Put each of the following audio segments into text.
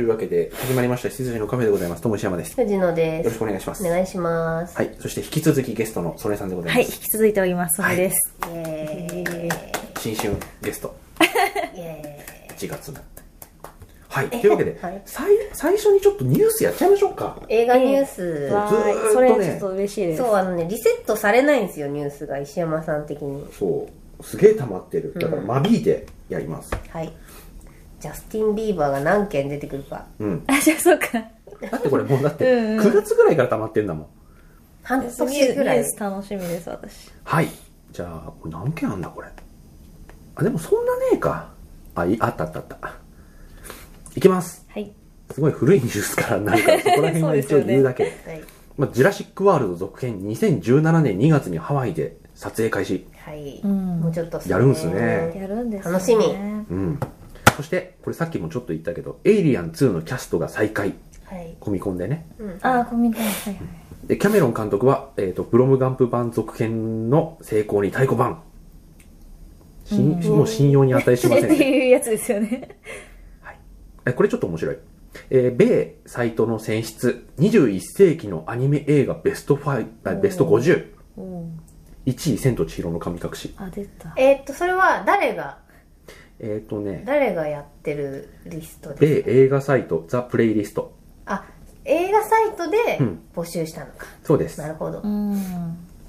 いうわけで、始まりました、羊のカフェでございます。とも石山です。よ藤野でろすし。くお願いします。お願いします。はい。そして、引き続きゲストのソネさんでございはまい、す。引き続いております。それです。イエーイ。新春ゲスト、イエ1月の。はい。というわけで、はい最最初にちょっとニュースやっちゃいましょうか。ーイ映画ニュース、えわずーっーい、とそねれちょっと嬉しいですそ。う、あのね、リセットされないんですよ、ニュースが、石山さん的に。そう。すげえ溜まってる。だから、間引いてやります。はい。ジャスティン・ビーバーが何件出てくるか。うん。あ、じゃあそうか。だってこれもうだって、うんうん9月ぐらいから溜まってんだもん。半ニュ年ぐらいー。ス楽しみです、私。はい。じゃあ、これ何件あんだ、これ。あ、でもそんなねえか。あ、いあったあったあった。いきます。はい。すごい古いニュースからになるから、そこら辺は一 そう応ですよね言うだけ。はい。まあ、ジュラシック・ワールド続編2017年2月にハワイで撮影開始。はい。うんもうちょっとっやるんすねやるんです、楽しみうん。そして、これさっきもちょっと言ったけど、エイリアン2のキャストが再開。はい。コミコンでね。うん。あー、コミント。はいはい。で、キャメロン監督は、えっ、と、ブロムガンプ版続編の成功に太鼓判。しんうんもう信用に値しません、って いうやつですよね。えこれちょっと面白い。えー米サイトの選出、21世紀のアニメ映画ベスト5、あベスト50。うん1位、千と千尋の神隠し。あ、出た。えーっと、それは誰が、えっ、とね、誰がやってるリストです米映画サイト、ザ・プレイリスト。あ、映画サイトでうん募集したのか。そうです。なるほどう。ん。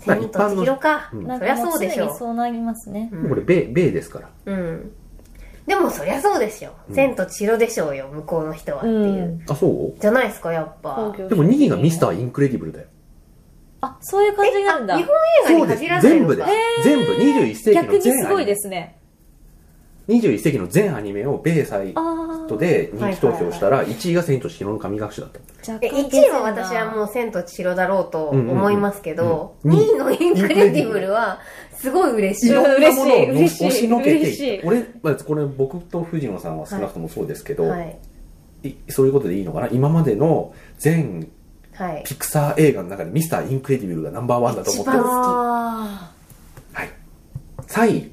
まあ千と千尋か。一般のうんなんそかりゃもそうすででしょにそうなりますね。うこれ、米、米ですから。うん。でもそりゃそうでしょ。うん千と千尋でしょうよ、向こうの人はっていう。うんあ、そうじゃないですか、やっぱ。でも2位がミスター。ー・インクレディブルだよ。あ、そういう感じになるんだ日。本映画そにうです限ら。ない全のか部です。全部。21世紀の全アニ逆メ。にすごいですね。 21世紀の全アニメを米サイあトー。で人気投票したら、1位が千と千尋の神隠しだった。若え、干1位は私はもう。う千と千尋だろうと思いますけど、うんうんうん2位のインクレディブルは、すごい嬉しいい。ろんなものをの嬉しい押しのけて嬉しいっいた俺、まあこれ僕と藤野さんは少なくともそうですけど、はい。いそういうことでいいのかな今までの全はい。ピクサー映画の中でミスター・インクレディブルがナンバーワンだと思ってる一番。あはい。3位、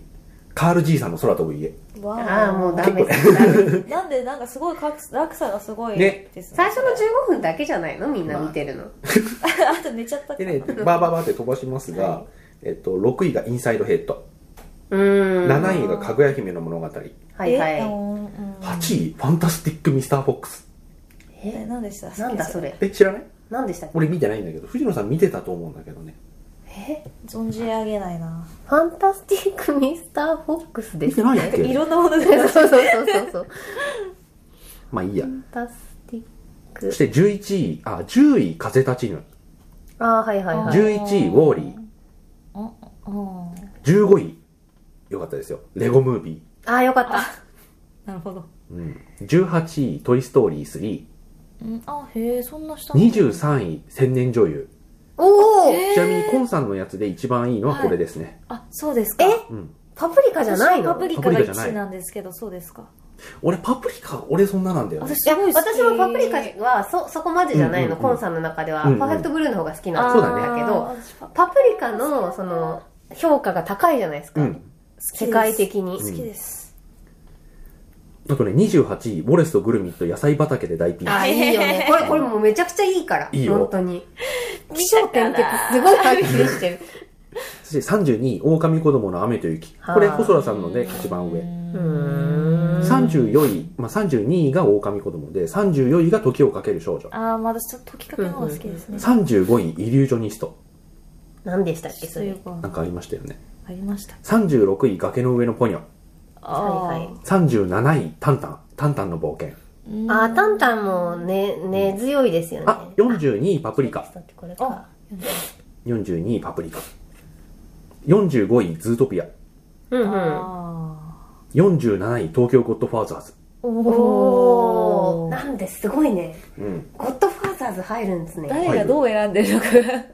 カール爺さんの空飛ぶ家。ー。わーああ、もうダメです。ダメですなんでなんかすごい格差落差がすごいねです ね最初の15分だけじゃないのみんな見てるの。 あと寝ちゃったでね、バーバーバーって飛ばしますが、はえっと、6位がインサイドヘッド。うーん。 7位がかぐや姫の物語。8はいはえうい。んうん位、ファンタスティック・ミスター・フォックス。え何でしたなんだそれ。え、知らないなんでしたっけ俺見てないんだけど、藤野さん見てたと思うんだけどね。え存じ上げないなファンタスティック・ミスター・フォックスで見す てないっいけろんなもの がそうそうそうそうそう。まあいいや。ファンタスティッそクし。て11位、あ、10位、風立ちぬ。ああ、はいはいはい。 11位、ウォーリー。うん15位、よかったですよ。レゴムービああ、よかった。なるほどー。うん。18位、トイ・ストーリーうんあへえそんな下3。23位、千年女優。おお、えちなみに、コンさんのやつで一番いいのはこれですね。あそうですかえうん。パプリカじゃないのパプリパカプがリカじゃない1位なんですけどそうですか俺、パプリカ、俺そんななんだよね。私いすやごい好き私もパプリカはそそこまでじゃないの、うんうんうんコンさんの中では、うんうんパーフェクトブルーの方が好きなあそんうだねだけど私パパプリカのその評価が高いじゃないですか、うん。好きです世界的に、好きですあとね、28位、ウォレスとグルミット野菜畑で大ピンチ。ああいいよ ねこれこれもうめちゃくちゃいいからいいよ本当に見気象たか点な結すごいはっきりしてる、そして32位、狼子供の雨と雪。はあこれ、細田さんので一番上。ん34位、まあ、32位が狼子供で、34位が時をかける少女。ああまだちょっと時かけの方が好きですね35位、イリュージョニスト。何でしたっけそそういれう子なんかありましたよね。ありました36位、崖の上のポニョ。はいはい37位、タンタン。タンタンの冒険。ーああタンタンもね根、強いですよねあ、42位、パプリカ。そうだこれか42位、パプリカ。45位、ズートピア。うんうんあ47位、東京ゴッドファーザーズ。ーおおおーなんですごいねうん。ゴッドファーザーズ入るんですね誰がどう選んでるのか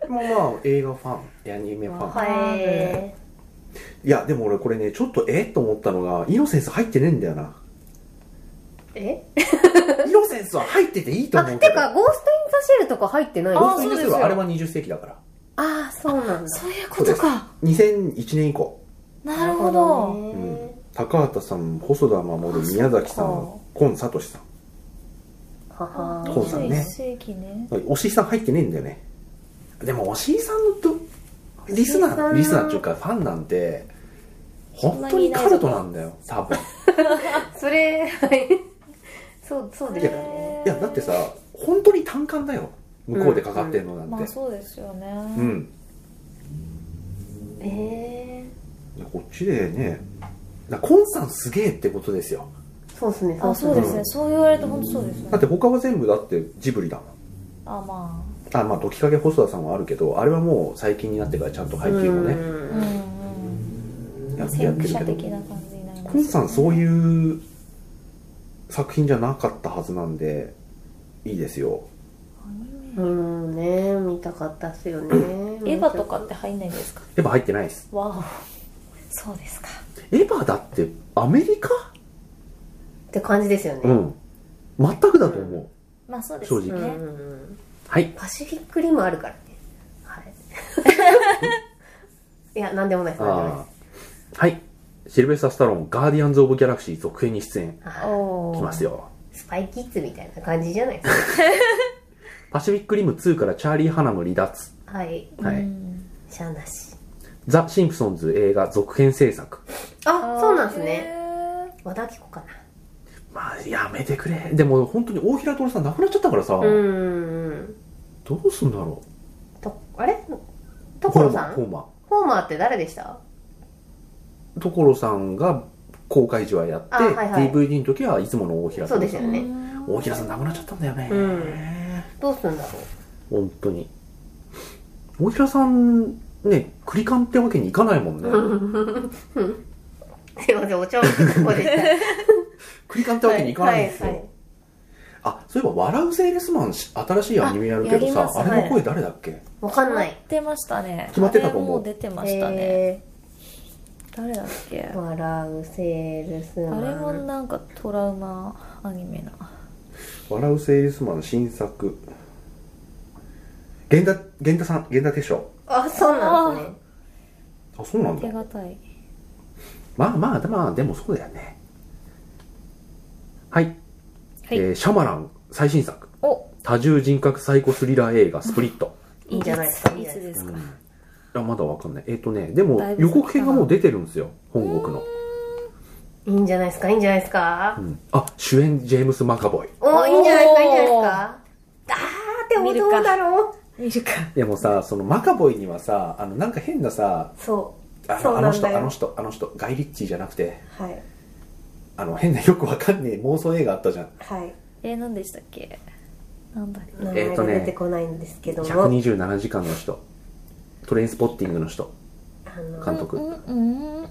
まあまあ、映画ファン、でアニメファン。はいいや、でも俺これね、ちょっとえと思ったのが、イノセンス入ってねえんだよな。えイノセンスは入ってていいとあ、思うけてど。か、ゴースト・イン・ザ・シェルとか入ってないゴースあトインザシェルはあれは20世紀だから。あー、そうなんだ。そういうことか2001年以降。なるほどねうん高畑さん、細田守、宮崎さあんそ、今聡さん。はこうだね21世紀ね。おしいさん入ってねえんだよねでもおしいさんのとリスナおしいさーんリスナーっていうかファンなんて本当にカルトなんだよ多分それはい そうそうですよねいやだってさ本当に単管だよ向こうでかかってんのなんて、まあそうですよね。うん、えいやこっちでねだからコンさんすげえってことですよー、そうですねあそうですね、うんそう言われると本当そうですよだねって他は全部だってジブリだもんあまあまあ時影細田さんはあるけどあれはもう最近になってからちゃんと配給もねあうんうんやってやって先駆者るけ的どな感じになりますコンさんそうういう作品じゃなかったはずなんでいいですようんね見たかったっすよねエヴァとかって入んないんですかエヴァ入ってないですわおそうですかエヴァだってアメリカって感じですよね、うん全くだと思う、まあそうです正うねんうんうんはいパシフィックリムあるからねはい いや何でもないです何でもないであーはいシルベスター・スタローン「ガーディアンズ・オブ・ギャラクシー」続編に出演すあおきーますよスパイキッズみたいな感じじゃないですかパシフィック・リム2からチャーリー・ハナム離脱はいはいうんしゃあなしザ・シンプソンズ映画続編制作あそうなんですねへ和田アキ子かなまあやめてくれでも本当に大平徹さん亡くなっちゃったからさ、うーんどうすんだろとあれう所さんホーマホーマーって誰でしたー所さんが公開時はやって、あはいはい DVD の時はいつもの大平徹さそんうですよーねうん大平さん亡くなっちゃったんだよね、どうするんだろ本当に大平さんねクリカンってわけにいかないもん ねうすいませんお茶をここでしたクリカンってわけにいかないんですよ、はいはいはいあそういえば「笑うセールスマン」新しいアニメやるけどあやりさますあれの声誰だっけ、わかんない決まってましたね決まってたと思うあれもう出てましたねえ誰だっけー笑うセールスマあンれもなんかトラウマアニメな笑うセールスマン新作源田源田さん源田鉄章あそうなんですねあそうなん手だ堅いまあまあまあでもそうだよねはい、はいえーシャマラン最新作お多重人格サイコスリラー映画「スプリットいいんじゃないですかいいんいじゃなついで」うすんかいやまだわかんないえっ、とねでもだいぶ予先かな告編がもう出てるんですよ本国の、いいんじゃないですかいいんじゃないですかうんあ主演ジェームス・マカボイおーいいんじゃないですかいいんじゃないですかあーって見るか思うだろう見るかでもさそのマカボイにはさあのなんか変なさそあのそうあなのんだ人よあの人あの人ガイ・リッチーじゃなくてうはいあの変なよくわかんねえ妄想映画あったじゃんはいえー、何でしたっけなんだっけ名えー前とがね出てこないんですけども、 127時間の人トレインスポッティングの人あの監督うんうんうん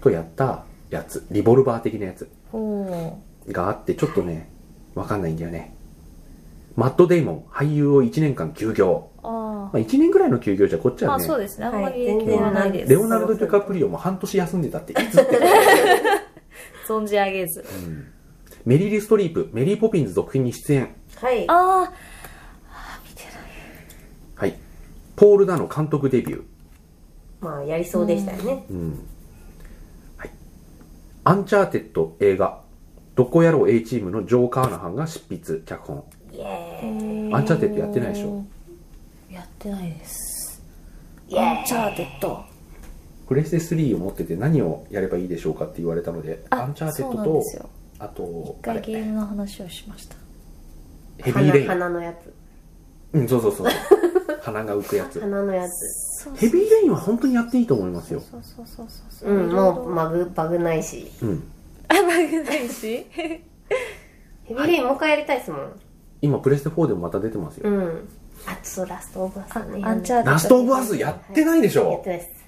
とやったやつリボルバー的なやつおーがあってちょっとねわかんないんだよねマット・デイモン俳優を1年間休業、あまあ、1年ぐらいの休業じゃこっちあまはあね、そうですねあんまはいり全影響然はないですレオナルド・デュカプリオも半年休んでたっていつって、存じ上げずうんメリル・ストリープメリー・ポピンズ続編に出演はいあーあー見てないはいポール・ダの監督デビューまあやりそうでしたよね、うんはい、アンチャーテッド映画「どこやろう A チーム」のジョー・カーナハンが執筆脚本イエーイアンチャーテッドやってないでしょやってないですイエアーンイチャーテッドプレステ3を持ってて何をやればいいでしょうかって言われたのであアンチャーテッそドうなんとですよあと一あ回ゲーれムの話をしましたヘビーレイン、花のやつうん、そうそうそう鼻が浮くや つ花のやつそうヘビーレインは本当にやっていいと思いますよ、そうそうそうそうそううんもうあバグバグないしうん、バグないしヘビーレインもう一回やりたいですもん今プレステ4でもまた出てますうよ、んあそうラストオブアスあねアンチャーテッドラスト・オブ・アスやってないでしやっょ、てないです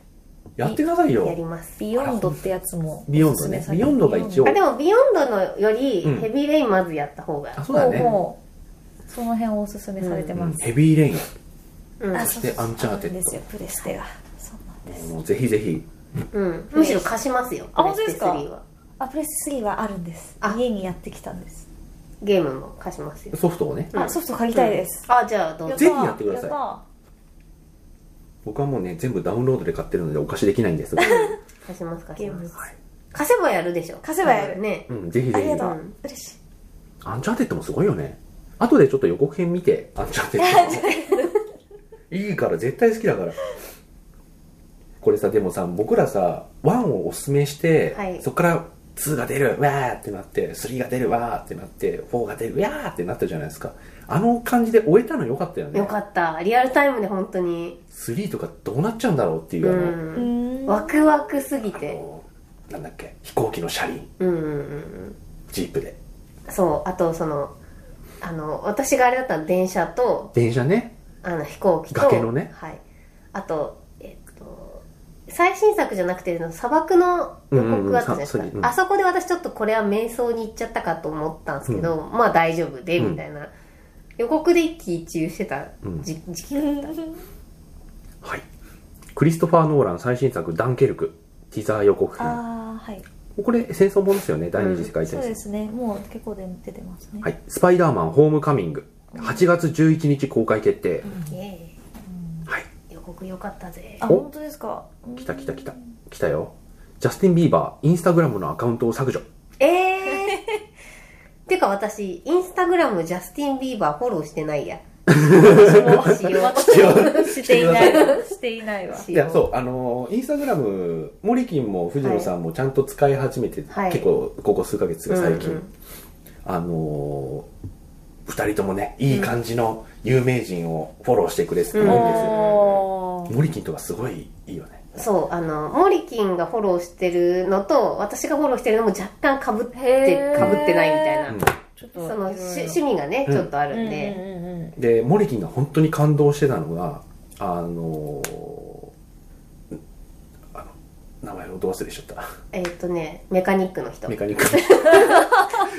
やってくださいやりよますビヨンドってやつもビヨンドねビヨンドが一応あでもビヨンドのよりうんヘビーレインまずやった方があそうだもうね、もうその辺をおすすめされてうまん、すヘビーレインうんあそしてそうそうアンチャーテッドそうなんですよプレステがそうなんですもうぜひぜひうんむしろ貸しますよあ本当ですかプレステ3はあプレステ3はあるんですあ家にやってきたんですゲームも貸しますよソフトをねうあんソフト借りたいです、あじゃあどうやっぞたぜひやってくださいやった僕はもうね全部ダウンロードで買ってるのでお貸しできないん ですが、貸します貸ゲしーまムす貸せばやるでしょ貸せばやるねうん、ぜひあぜりひがとう、うん嬉しいアンチャーテッドもすごいよね。後でちょっと予告編見て、アンチャーテッド。いいから、絶対好きだから。これさ、でもさ、僕らさ、1をおすすめして、はいそっから2が出る、わーってなって、3が出る、わーってなって、4が出る、わーってなったじゃないですか。あの感じで終えたのよかったよね。よかったリアルタイムで本当に3とかどうなっちゃうんだろうっていうう、あの、んんワクワクすぎあてのなんだっけ、飛行機の車輪、うんうんうんジープで。そうあとそのあの私があれだったの電車と電車ね。あの飛行機と崖のねはい、あとえっと最新作じゃなくて砂漠の予告があったじゃないでうすんか、うんうんさあそこで私ちょっとこれは瞑想に行っちゃったかと思ったんですけど、まあ大丈夫でみたいな、予告で一喜一憂してた時時期だった、はい。クリストファー・ノーラン最新作、ダンケルク、ティザー予告編。 ああはいこれ、戦争ものですよね、第二次世界大そう戦。ですねもう結構で出てますね、はい。スパイダーマン、ホームカミング、8月11日公開決定。イエはい。ーイ予告良かったぜあお本当ですか来た来た来た。来たよ。ジャスティン・ビーバー、インスタグラムのアカウントを削除。え えー、てか私インスタグラムジャスティン・ビーバーフォローしてない や私もしよう私もしていないしていないわしいよや、そう、あのーインスタグラム、モリキンも藤野さんもちゃんと使い始めて、はい結構、ここ数ヶ月が最近。うんうんあのー、二人ともね、いい感じの有名人をフォローしてくれてるんですよ。おーモリキンとかすごいいいよね。そう、あの、モリキンがフォローしてるのと、私がフォローしてるのも若干かぶって、へーかぶってないみたいな。ちょっとその、いろいろし趣味がね、うんちょっとあるうんんで。うんうんうんで、モリキンが本当に感動してたのが、あのー、あの名前をどう忘れしちゃっえっ、とね、メカニックの人た。 メ。カニック。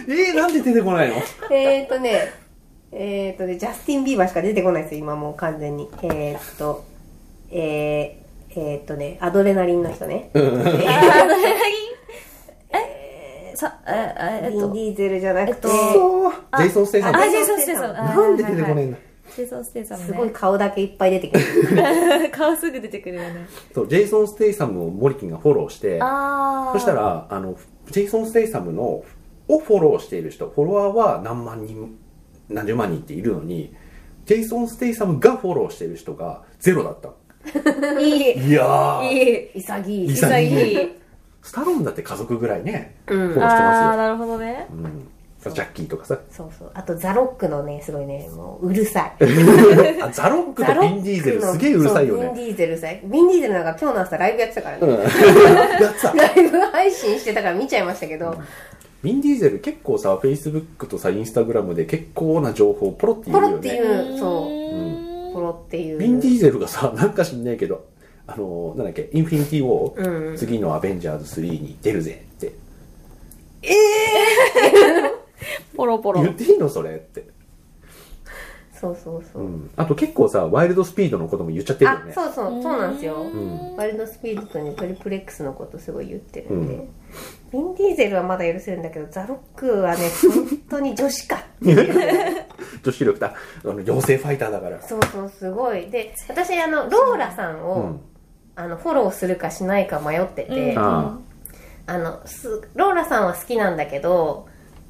えー、なんで出てこないのえっ、とね、えっ、とね、ジャスティン・ビーバーしか出てこないですよ、今もう完全に。えっ、と、えー、えっ、とね、アドレナリンの人ね。あのえさええヴっィン・とディーゼルじゃなくて、えっとそうジェイソン・ステイサムあジェイソンステイサムなんで出てこないんだジェイソン・ステイサムねすごい顔だけいっぱい出てくる。顔すぐ出てくるよねそう、ジェイソン・ステイサムをモリキンがフォローして、ああそしたら、あの、ジェイソン・ステイサムの、をフォローしている人、フォロワーは何万人、何十万人っているのに、ジェイソン・ステイサムがフォローしている人がゼロだったの。いいいやー、いい潔い。潔い潔いスタローンだって家族ぐらいね、フうォロん。ーしてあまあなるほどねすよ。うん。ジャッキーとか さ、そうそう。あと、ザ・ロックのね、すごいね、もう、うるさい。 あザロックとザヴロッィン・クディーゼルすげえうるさいよそうヴィンね。ディーゼルうるさい。ヴィンディーゼルなんか今日の朝ライブやってたからね。 うん。やってた。ヴライブ配信してたから見ちゃいましたけど、ィン・ディーゼル結構さ、Facebook とさ、Instagram で結構な情報をポロって言ポうロよってねい。う、そう、んポロっていう。ヴィン・ディーゼルがさ、 なんか知んないけど、あの、なんだっけ、インフィニティ・ウォー、うん。次のアベンジャーズ3に出るぜってポロポロ言っていいのそれって、そうそうそうう。ん、あと結構さワイルドスピードのことも言っちゃってるよあ、ねそうそう、そうなんですよ。んワイルドスピリットにトリプレックスのことすごい言ってるんで。うんヴィンディーゼルはまだ許せるんだけど、ザ・ロックはね、本当に女子かっていう 女子力だあの妖精ファイターだからそうそう、すごい。で、私、あの、ローラさんを、うんあの、フォローするかしないか迷ってて、うんああの、すローラさんは好きなんだけど、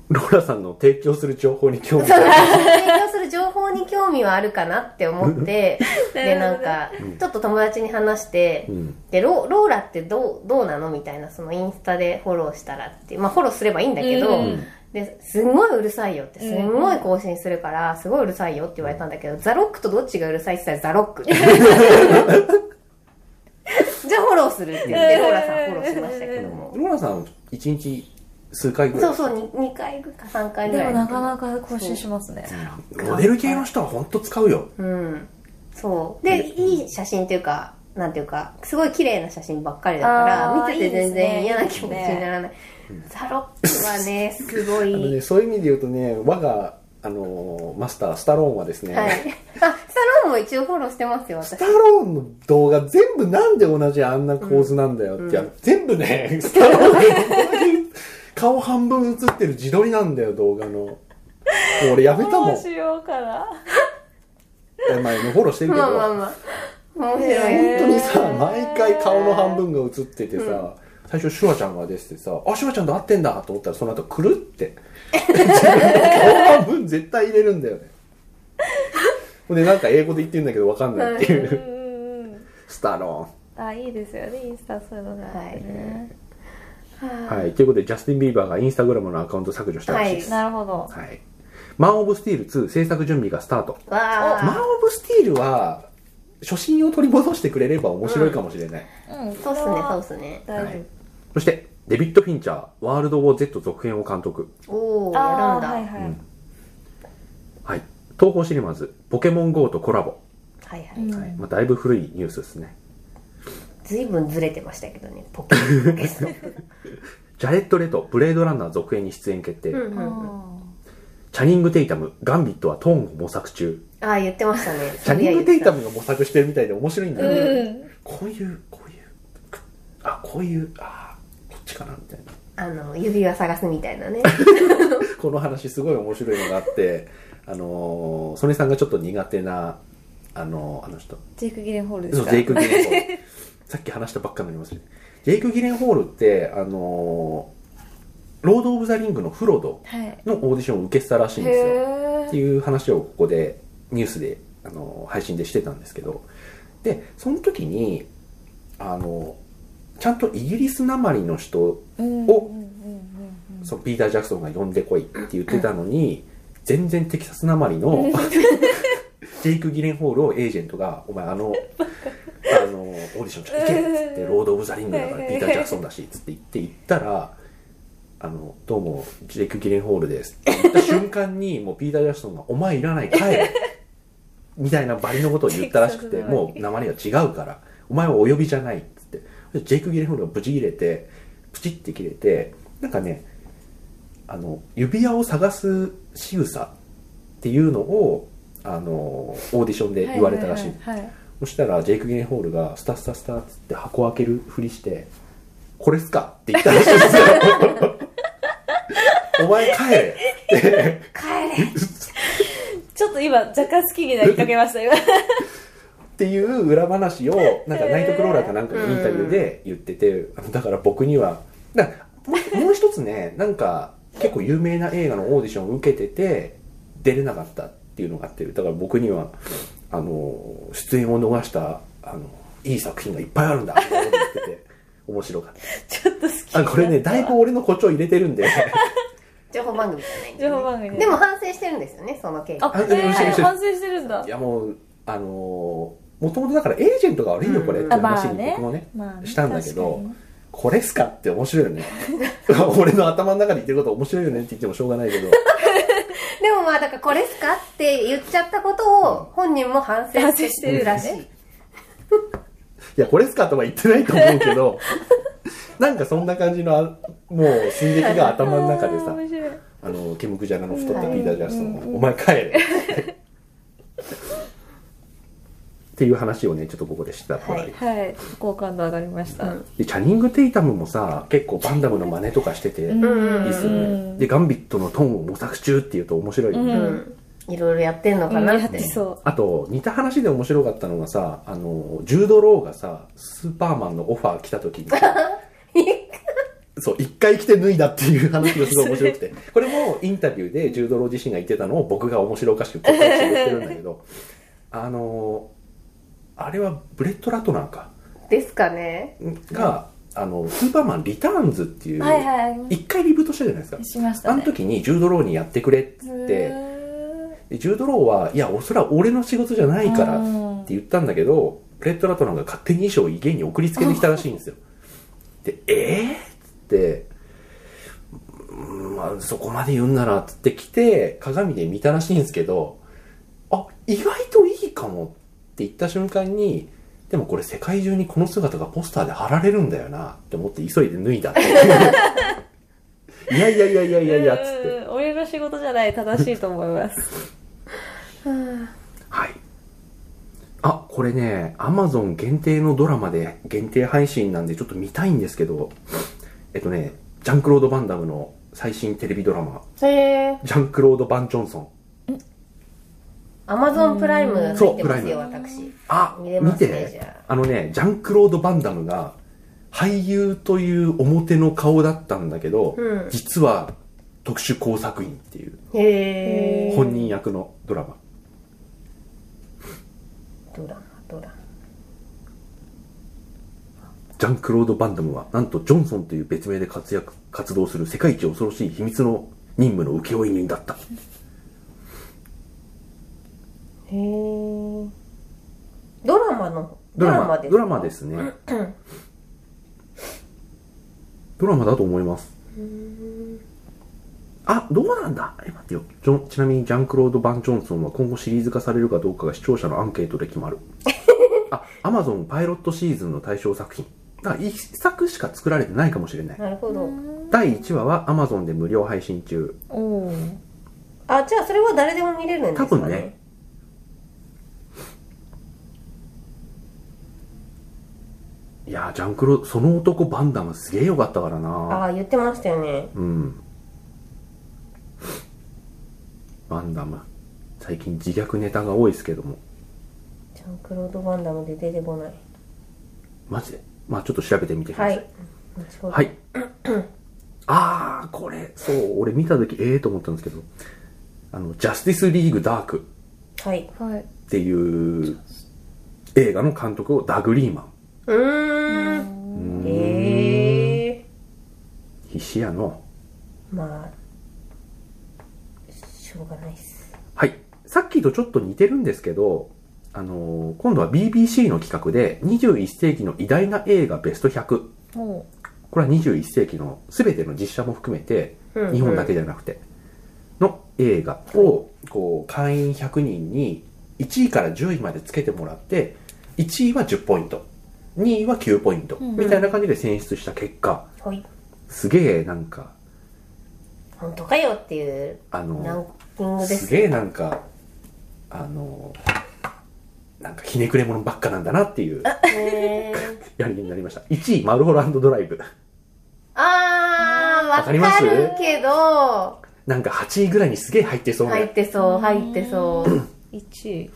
ローラさんの提供する情報に興味そのがある提供する情報に興味はあるかなって思って、で、 なんなるほどねか、ちょっと友達に話して、うんでロ、ローラってどう、どうなのみたいな、そのインスタでフォローしたらって、まあフォローすればいいんだけど、うんで、すんごいうるさいよって、すんごい更新するから、すごいうるさいよって言われたんだけど、ザロックとどっちがうるさいって言ったらザロッ クって。じゃあフォローするって言って、ローラさんフォローしましたけども。ローラさん一日数回ぐらいそうそう、に 2, 回か3回ぐでらもい。なかなか更新しますねモデル系の人は本当使うようん。そう。で、いい写真っていうか、なんていうか、すごい綺麗な写真ばっかりだかあーら、見てて全然いいですね嫌な気持ちにならない。ザロックはね、すごあのい。ねそういう意味で言うとね我があのーマスタースタローンはですね、はい。あ、スタローンも一応フォローしてますよ、ス私タ。ローンの動画全部なんで同じあんな構図なんだよって、いや全部 ね、スタローンの同じ顔半分映ってる自撮りなんだよ、動画の。もう俺やめたもどんう。しようかな前のフォローしてるけど、まあまあまあ。面白い。ね本当にさ、へー毎回顔の半分が映っててさ、最初シュワちゃんが出ててさあシュワちゃんと会ってんだと思ったらその後くるって 自分の顔半分絶対入れるんだよねほんでなんか英語で言ってるんだけどわかんないっていう、うんうんスタロうんあいいですよねインスタそういうのがあってね、ーンはいということでジャスティン・ビーバーがインスタグラムのアカウント削除したらしいです、なるほどはいマン・オブ・スティール2制作準備がスタートわマン・あオブ・スティールは初心を取り戻してくれれば面白いかもしれない、うんそうっすこねれはそうっすね大は丈いそしてデビッド・フィンチャー「ワールド・ウォー・ Z」続編を監督おお夫あやるあんだ、はいはい、うんはい東宝シネマズ「ポケモン GO」とコラボ、はいはういんはいまあ、だいぶ古いニュースですねずいぶんずれてましたけどねポケモンですジャレット・レト「ブレードランナー」続編に出演決定、うんうんうんチャニング・テイタム「ガンビット」はトーンを模索中ああ言ってましたねチャニング・テイタムムが模索してるみたいで面白いんだうよね、んこういうこういうあこういうあこっちかなみたいな あの指輪探すみたいなねこの話すごい面白いのがあってあのー曽根さんがちょっと苦手なあのーあの人ジェイク・ギレンホールですそうかジェイク・ギレンホール さっき話したばっかなりますねジェイク・ギレンホールってあのーロード・オブ・ザ・リングのフロドはいのオーディションを受けてたらしいんですよへってえいう話をここでニュースであの配信でしてたんですけどでその時にあのちゃんとイギリスなまりの人うおんうんうんうんうんそのピーター・ジャクソンが呼んでこいって言ってたのに全然テキサスなまり のジェイク・ギレンホールをエージェントが「お前あのあのオーディションちょっと行け」っつって「ロード・オブ・ザ・リングだからピーター・ジャクソンだし」っつって言って行ったら「あのどうもジェイク・ギレンホールです」って言った瞬間にもうピーター・ジャクソンが「お前いらない帰れ」みたいなバリのことを言ったらしくてテキサスなまりもうなまりは違うから「お前はお呼びじゃない」っつってでジェイク・ギレンホールがブチ切れてプチって切れてなんかねあの指輪を探す仕草っていうのをあのオーディションで言われたらしい,、はいはいはいそしたらジェイク・ギレンホールがスタスタスタっつって箱開けるふりして「これっすか?」って言ったらしいんですよお前帰れ帰れちょっと今若干好きになりかけました今っていう裏話を なんかナイトクローラーかなんかのインタビューで言ってて、あのだから僕にはだからもうもう一つねなんか結構有名な映画のオーディションを受けてて出れなかったっていうのがあってだから僕にはあの出演を逃したあのいい作品がいっぱいあるんだって思ってて面白かっちょっと好きにたあなった これねだいぶ俺の誇張入れてるんで情報番組じゃないんで、ね、情報番組でも反省してるんですよねその件あ、あえでもー一緒一緒反省してるんだいやもうあのもともとだからエージェントが悪いよこれってうんあ話に僕もねまあねしたんだけど確かにねこれっすかって面白いよね 俺の頭の中で言ってること面白いよねって言ってもしょうがないけど でもまあだからこれっすかって言っちゃったことを本人も反省反省ししててるるららししいい、いやこれっすかとは言ってないと思うけど なんかそんな感じのあもう寸劇が頭の中であー さ面白いあのケムクジャガの太ったうんピーター・ジャクソンがうんお前帰れ」っていう話をねちょっとここでしたほら、はいはい好感度上がりました、うんでチャニング・テイタムもさ結構バンダムの真似とかしてて、うんいうんいっすようんねでガンビットのトーンを模索中っていうと面白いよね、ううんん、いろいろやってんのかなやっってて、そあと似た話で面白かったのがさあのジュード・ローがさスーパーマンのオファー来た 時にそう一回来て脱いだっていう話がすごい面白くて これもインタビューでジュード・ロー自身が言ってたのを僕が面白おかしく答えて言ってるんだけどあのあれはブレッド・ラトナーかですかねがあのスーパーマン・リターンズっていうう、はいはいありま一回リブートしたじゃないですかししましたあのね時にジュード・ローにやってくれっつってでジュード・ローはいやそれは俺の仕事じゃないからうってん言ったんだけどブレッド・ラトナーが勝手に衣装を家に送りつけてきたらしいんですよでえーっつってうんまあそこまで言うんならっつって来て鏡で見たらしいんですけどあ意外といいかもって言った瞬間にでもこれ世界中にこの姿がポスターで貼られるんだよなって思って急いで脱いだっていういやいやいやいやいやいやっつってうん俺の仕事じゃない正しいと思いますはい。あ、これね、アマゾン限定のドラマで限定配信なんでちょっと見たいんですけど、えっとね、ジャンクロード・バンダムの最新テレビドラマ、へえジャンクロード・バン・ジョンソン。アマゾンプライム入ってますそうプライムよ私あ、見見れますねてじゃあのね、ジャンクロード・バンダムが俳優という表の顔だったんだけど、うん実は特殊工作員っていうへえ本人役のドラマ、ドラマドラマジャン・クロード・バンダムはなんとジョンソンという別名で活躍活動する世界一恐ろしい秘密の任務の請負人だったへえドラマのドラマですかドラマですねドラマだと思いますあどうなんだえ待ってよジョンちなみにジャン・クロード・バン・ジョンソンは今後シリーズ化されるかどうかが視聴者のアンケートで決ま るあアマゾンパイロットシーズンの対象作品だから1作しか作られてないかもしれないなるほど第1話は Amazon で無料配信中おおあじゃあそれは誰でも見れるんですかね多分ねいやージャンクロその男バンダムすげえよかったからあなあ言ってましたよねうんバンダム最近自虐ネタが多いですけどもジャンクロード・バンダムで出てこないマジでまあちょっと調べてみてくだはさいい後ほどはい、 ああこれそう俺見た時ええと思ったんですけどあのジャスティスリーグダークはいはいっていう映画の監督をダグリーマンうーんええ必死やのまあしょうがないっすはい。さっきとちょっと似てるんですけど、あのー今度は BBC の企画で、21世紀の偉大な映画ベスト100。おこれは21世紀の全ての実写も含めて、うんうん日本だけじゃなくて、の映画を、こう、会員100人に、1位から10位までつけてもらって、1位は10ポイント、2位は9ポイント、うんみたいな感じで選出した結果、はいすげえなんか、本当かよっていうあのーランキングですすげえなんかあのなんかひねくれ者ばっかなんだなっていうねやりになりました1位マルホランドドライブ あーわわかりまするけどなんか8位ぐらいにすげえ入ってそうな、入ってそう入ってそう1位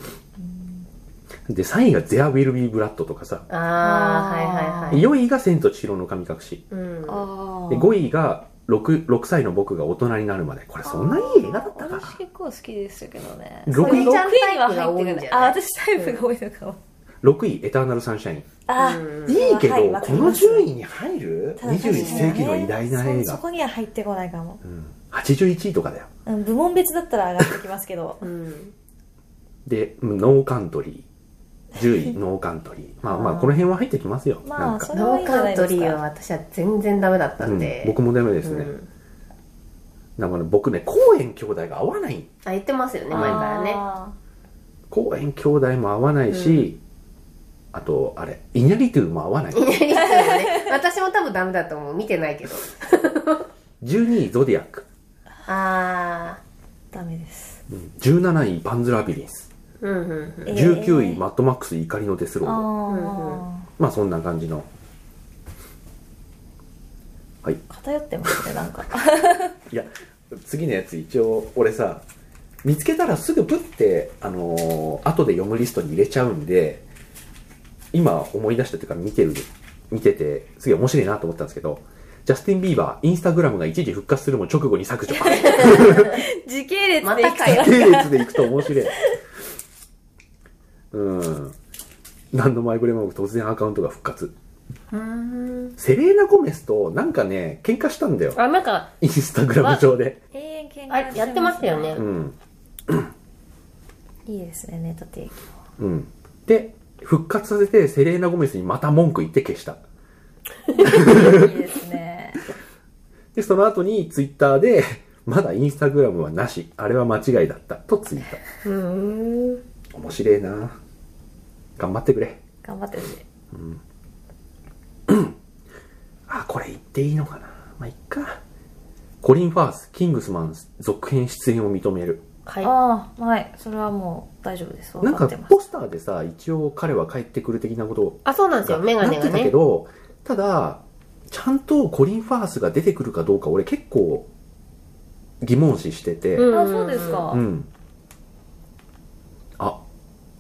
で3位が「There Will Be Blood」とかさあーはいはいはい4位が「千と千尋の神隠しうん」あで5位が6 6歳の僕が大人になるまでこれそんないい映画だったかな私結構好きでしたけどね六位位には入っ六位てくじゃなないいあ私タイプが多いのかも6位「エターナルサンシャインあ」うんいいけど、はいわかこりますの順位に入るただ確かに21世紀の偉大な映そそ画、こには入ってこないかも、うん、81位とかだようん、部門別だったら上がってきますけどうんで、ノーカントリー。10位、ノーカントリー。まあまあ、この辺は入ってきますよ。まあなんかそれノーカントリーは私は全然ダメだったうんんで、僕もダメですうね。んだから僕ね、公園兄弟が合わない。あ言ってますよね前からねあ公園兄弟も合わないし、あと、あれ、イニャリトゥも合わない。 いやそうだね私も多分ダメだと思う見てないけど12位、ゾディアック。ああーダメですうん17位、パンズラビリンス。うんうんうん19位、あマッドマックス怒りのデスロあード。うんーまあ、そんな感じの。はい。偏ってますねなんかいや次のやつ一応俺さ見つけたらすぐプってあのー後で読むリストに入れちゃうんで今思い出したっていうか見てる見ててすげえ面白いなと思ったんですけどジャスティン・ビーバーインスタグラムが一時復活するも直後に削除 時系列までたいくかよと系列でいくと面白いうん何の前触れもなく突然アカウントが復活うんセレーナ・ゴメスとなんかね喧嘩したんだよあなんかインスタグラム上で永遠喧あ嘩やってますよねうんいいですねネタ提供うん、で復活させてセレーナ・ゴメスにまた文句言って消したいいですねでその後にツイッターで 「まだインスタグラムはなしあれは間違いだった」とツイーうんト面白いな頑張ってくれ頑張ってほしいあこれ言っていいのかなまあいっかコリン・ファースキングスマン続編出演を認めるはいああはいそれはもう大丈夫ですな分んかかってますポスターでさ一応彼は帰ってくる的なことをあそうなんですよメガなっネてがたけねどただちゃんとコリン・ファースが出てくるかどうか俺結構疑問視してて、うんあそうですか、うん。あ、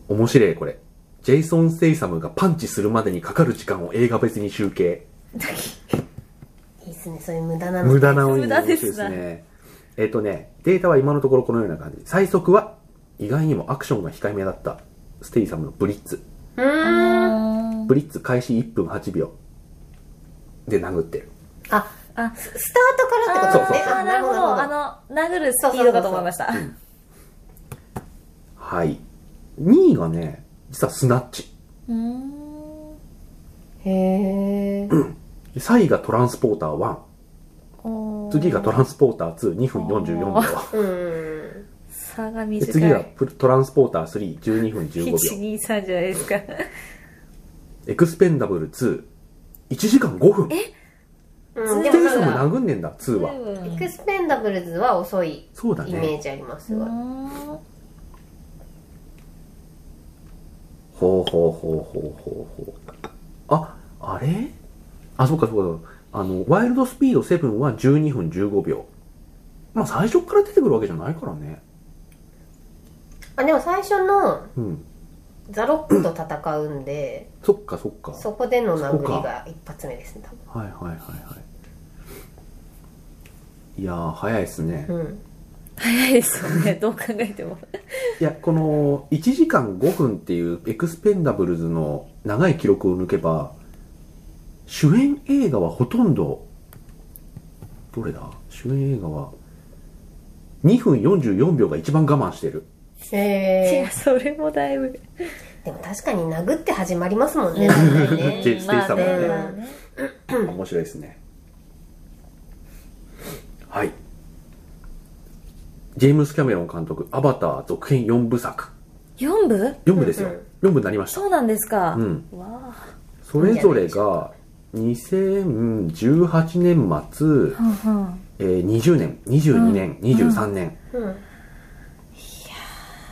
面白いこれ。ジェイソン・ステイサムがパンチするまでにかかる時間を映画別に集計。いいっすね、そういう無駄なの。無駄な音無が駄面白でいですすなね。えっ、とね、データは今のところこのような感じ。最速は意外にもアクションが控えめだった。ステイサムのブリッツ。うーん。あブリッツ開始1分8秒で殴ってる。あ、あススタートからってあそことうですそうそうね。ーなるほど。あの、殴るスピードかと思いました。はい。2位がね、実はスナッチ。うん。へでえ。3位がトランスポーター1。おー次がトランスポーター2、2分44秒。うん。差がで短い。次がプトランスポーター3、12分15秒。 1、2、3じゃないですか。エクスペンダブル2、1時間5分。スうん、テでイもサなんか、ム殴んねんだ、2は。エクスペンダブルズは遅いそうだイメね。ージあります、すうごい。んほうほうほうほうほうほう。あ、あれあ、そうかそうか。あの、ワイルドスピード7は12分15秒。まあ最初から出てくるわけじゃないからね。あ、でも最初のうん。ザロックと戦うんで、そっかそっか。そこでの殴りそうが一発目ですね、多はいはいはいはい。いやー、早いですね。分。うん。早いですよね。どう考えても。いや、この1時間5分っていうエクスペンダブルズの長い記録を抜けば、主演映画はほとんど、どれだ主演映画は、2分44秒が一番我慢してる。いへや、それもだいぶ。ーでも確かに殴って始まりますもんね、大体 ね。ジェイステイさんもねまあね面白いですね。はい。ジェームス・キャメロン監督、アバター続編4部作。 4部4部ですようんうん。 4部になりました。そうなんですか。うん。わそれぞれが、2018年末、あ。はんはんえー20年、22年、23年。うん。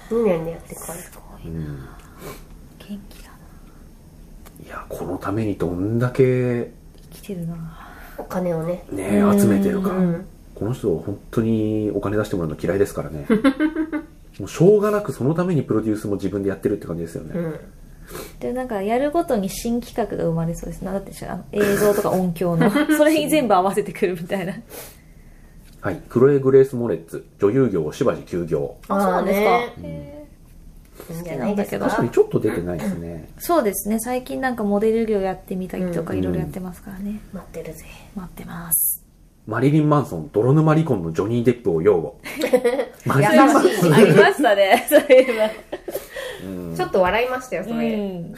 2年でやってから。すごいな。元気だな。いや、このためにどんだけ生きてるな。お金をね。ね、うん集めてるうか。ん。この人、本当にお金出してもらうの嫌いですから ね。もうしょうがなくそのためにプロデュースも自分でやってるって感じですようね。ん。で、なんか、やるごとに新企画が生まれそうですな。だってしあの、映像とか音響 の。それに全部合わせてくるみたいな。はい。クロエ・グレース・モレッツ、女優業をしばし休業。あそうなんですかあーねへいいんじゃないです好きなんだけど確かかに。ちょっと出てないですね。ーそうですね。最近なんかモデル業やってみたりとか、うんいろいろやってますからね。待ってるぜ。待ってます。マリリン・マンソン、泥沼離婚のジョニー・デップを擁 護。マリリン・マン優しいソンありましたね。 そういえば。ちょっと笑いましたよ、そうれ。ん。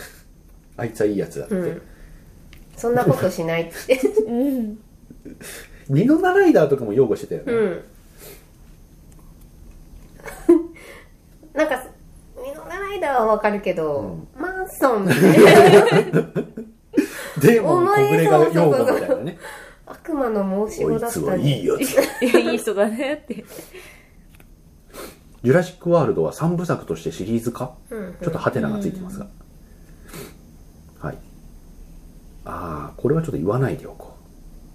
あいつはいいやつだって。うん。そんなことしないって。うん。ニノナライダーとかも擁護してたよね。うん。 なんか、ミノラライダーはわかるけど、マンソンみたいな、デーモン小暮が擁護みたいなね。悪魔の申しこ子いだっつたはんいでいやつ。いやいい人だねって。ジュラシック・ワールドは3部作としてシリーズ化うんうんちょっとハテナがついてますが。はい。ああ、これはちょっと言わないでおこ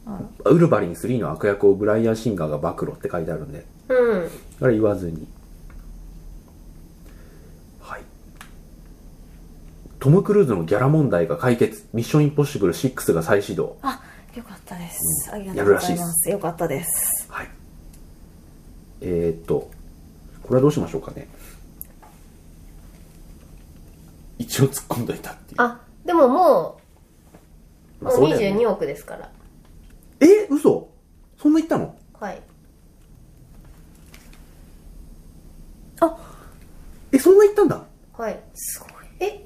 あう。ウルヴァリン3の悪役をブライアン・シンガーが暴露って書いてあるんで、うん。あれ言わずに。はい。トム・クルーズのギャラ問題が解決。ミッション・インポッシブル6が再始動。あ、よかったです。ありがやとるうらごしいでざすいます。よかったです。はい。えー、っと、これはどうしましょうかね。一応突っ込んどいたっていう。あ、でももう、まあもうそうだよね22億ですから。え嘘そんな言ったのはい。え、そんな言ったんだはい。すごい。え、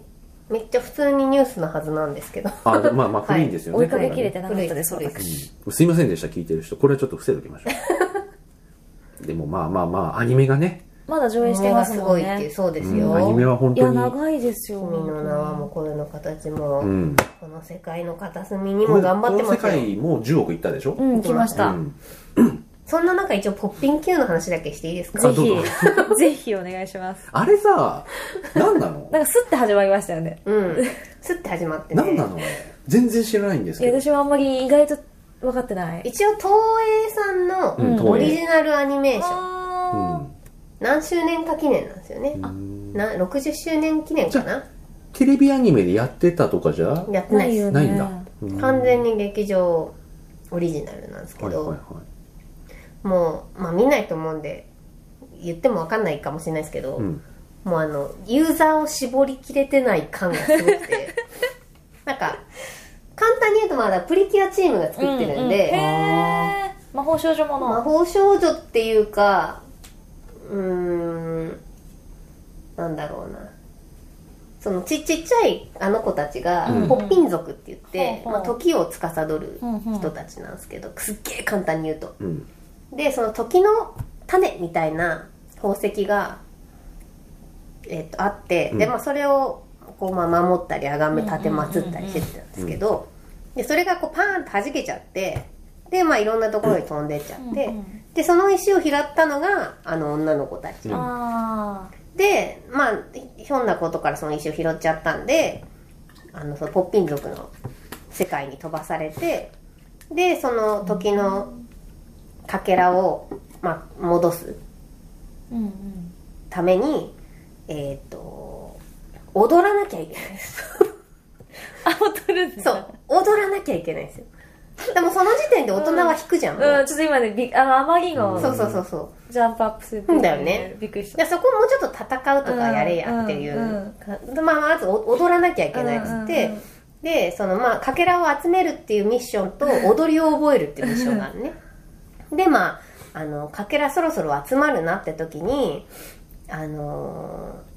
めっちゃ普通にニュースのはずなんですけど。あ、でもまあまあ、はい古いんですよね。追いかこけはきれねてなかったです、古い古い私。うんすいませんでした、聞いてる人。これはちょっと防いでおきましょう。でもまあまあまあ、アニメがね。まだ上映して目まがすすもごんいっていう、ね。そうですうよ。ん、アニメは本いや、当に。長いですよ。海の縄も声の形も、うん。この世界の片隅にも頑張ってこのま世すよ。界も10億いったでしょうん、来ましうた。ん。そんな中一応ポッピン Q の話だけしていいですかあぜどうひ、ぜひお願いします。あれさ、何なのなんか、スッて始まりましたよね。うん。スッて始まってね。何なの全然知らないんですいやけど。私はあんまり意外と分かってない。一応、東映さんうのん、オ東リ映。ジナルアニメーション。うあん。何周年か記念なんですよね。な60周年記念かなテレビアニメでやってたとかじゃやっーてないです。ないんだ。うん完全に劇場オリジナルなんですけど、はいはいはいもう、まあ、見ないと思うんで言っても分かんないかもしれないですけど、うんもうあのユーザーを絞りきれてない感がすごくてなんか簡単に言うとまだプリキュアチームが作ってるんで、ううへえ魔法少女も魔の法少女っていうかうーんなんだろうなそのちちっちゃいあの子たちがうんポッピン族って言って、ほうほうまあ、時を司るうんうん人たちなんですけどすっげえ簡単に言うとうんでその時の種みたいな宝石が、えっとあって、でうんまあ、それをこう、まあ、守ったり崇め奉ったりしてたんですけど、でそれがこうパーンと弾けちゃってで、まあ、いろんなところに飛んでっちゃって、うんうんでその石を拾ったのがあの女の子たち、うんあでまあひょんなことからその石を拾っちゃったんであのそのポッピン族の世界に飛ばされてでその時のかけらを、まあ、戻すーうんうんためにえっ、と踊らなきゃいけないですあ踊るんだそう踊らなきゃいけないんですよでもその時点で大人は引くじゃん、もううん、ちょっと今ね、びあの、天城のそうそうそうそうジャンプアップするうんだよね。びっくりしいやた。そこもうちょっと戦うとかやれやっていう、うんうんかまあまずお踊らなきゃいけないっつって、うんうんうんでそのまあかけらを集めるっていうミッションと踊りを覚えるっていうミッションがあるねでまああのかけらそろそろ集まるなって時にあのー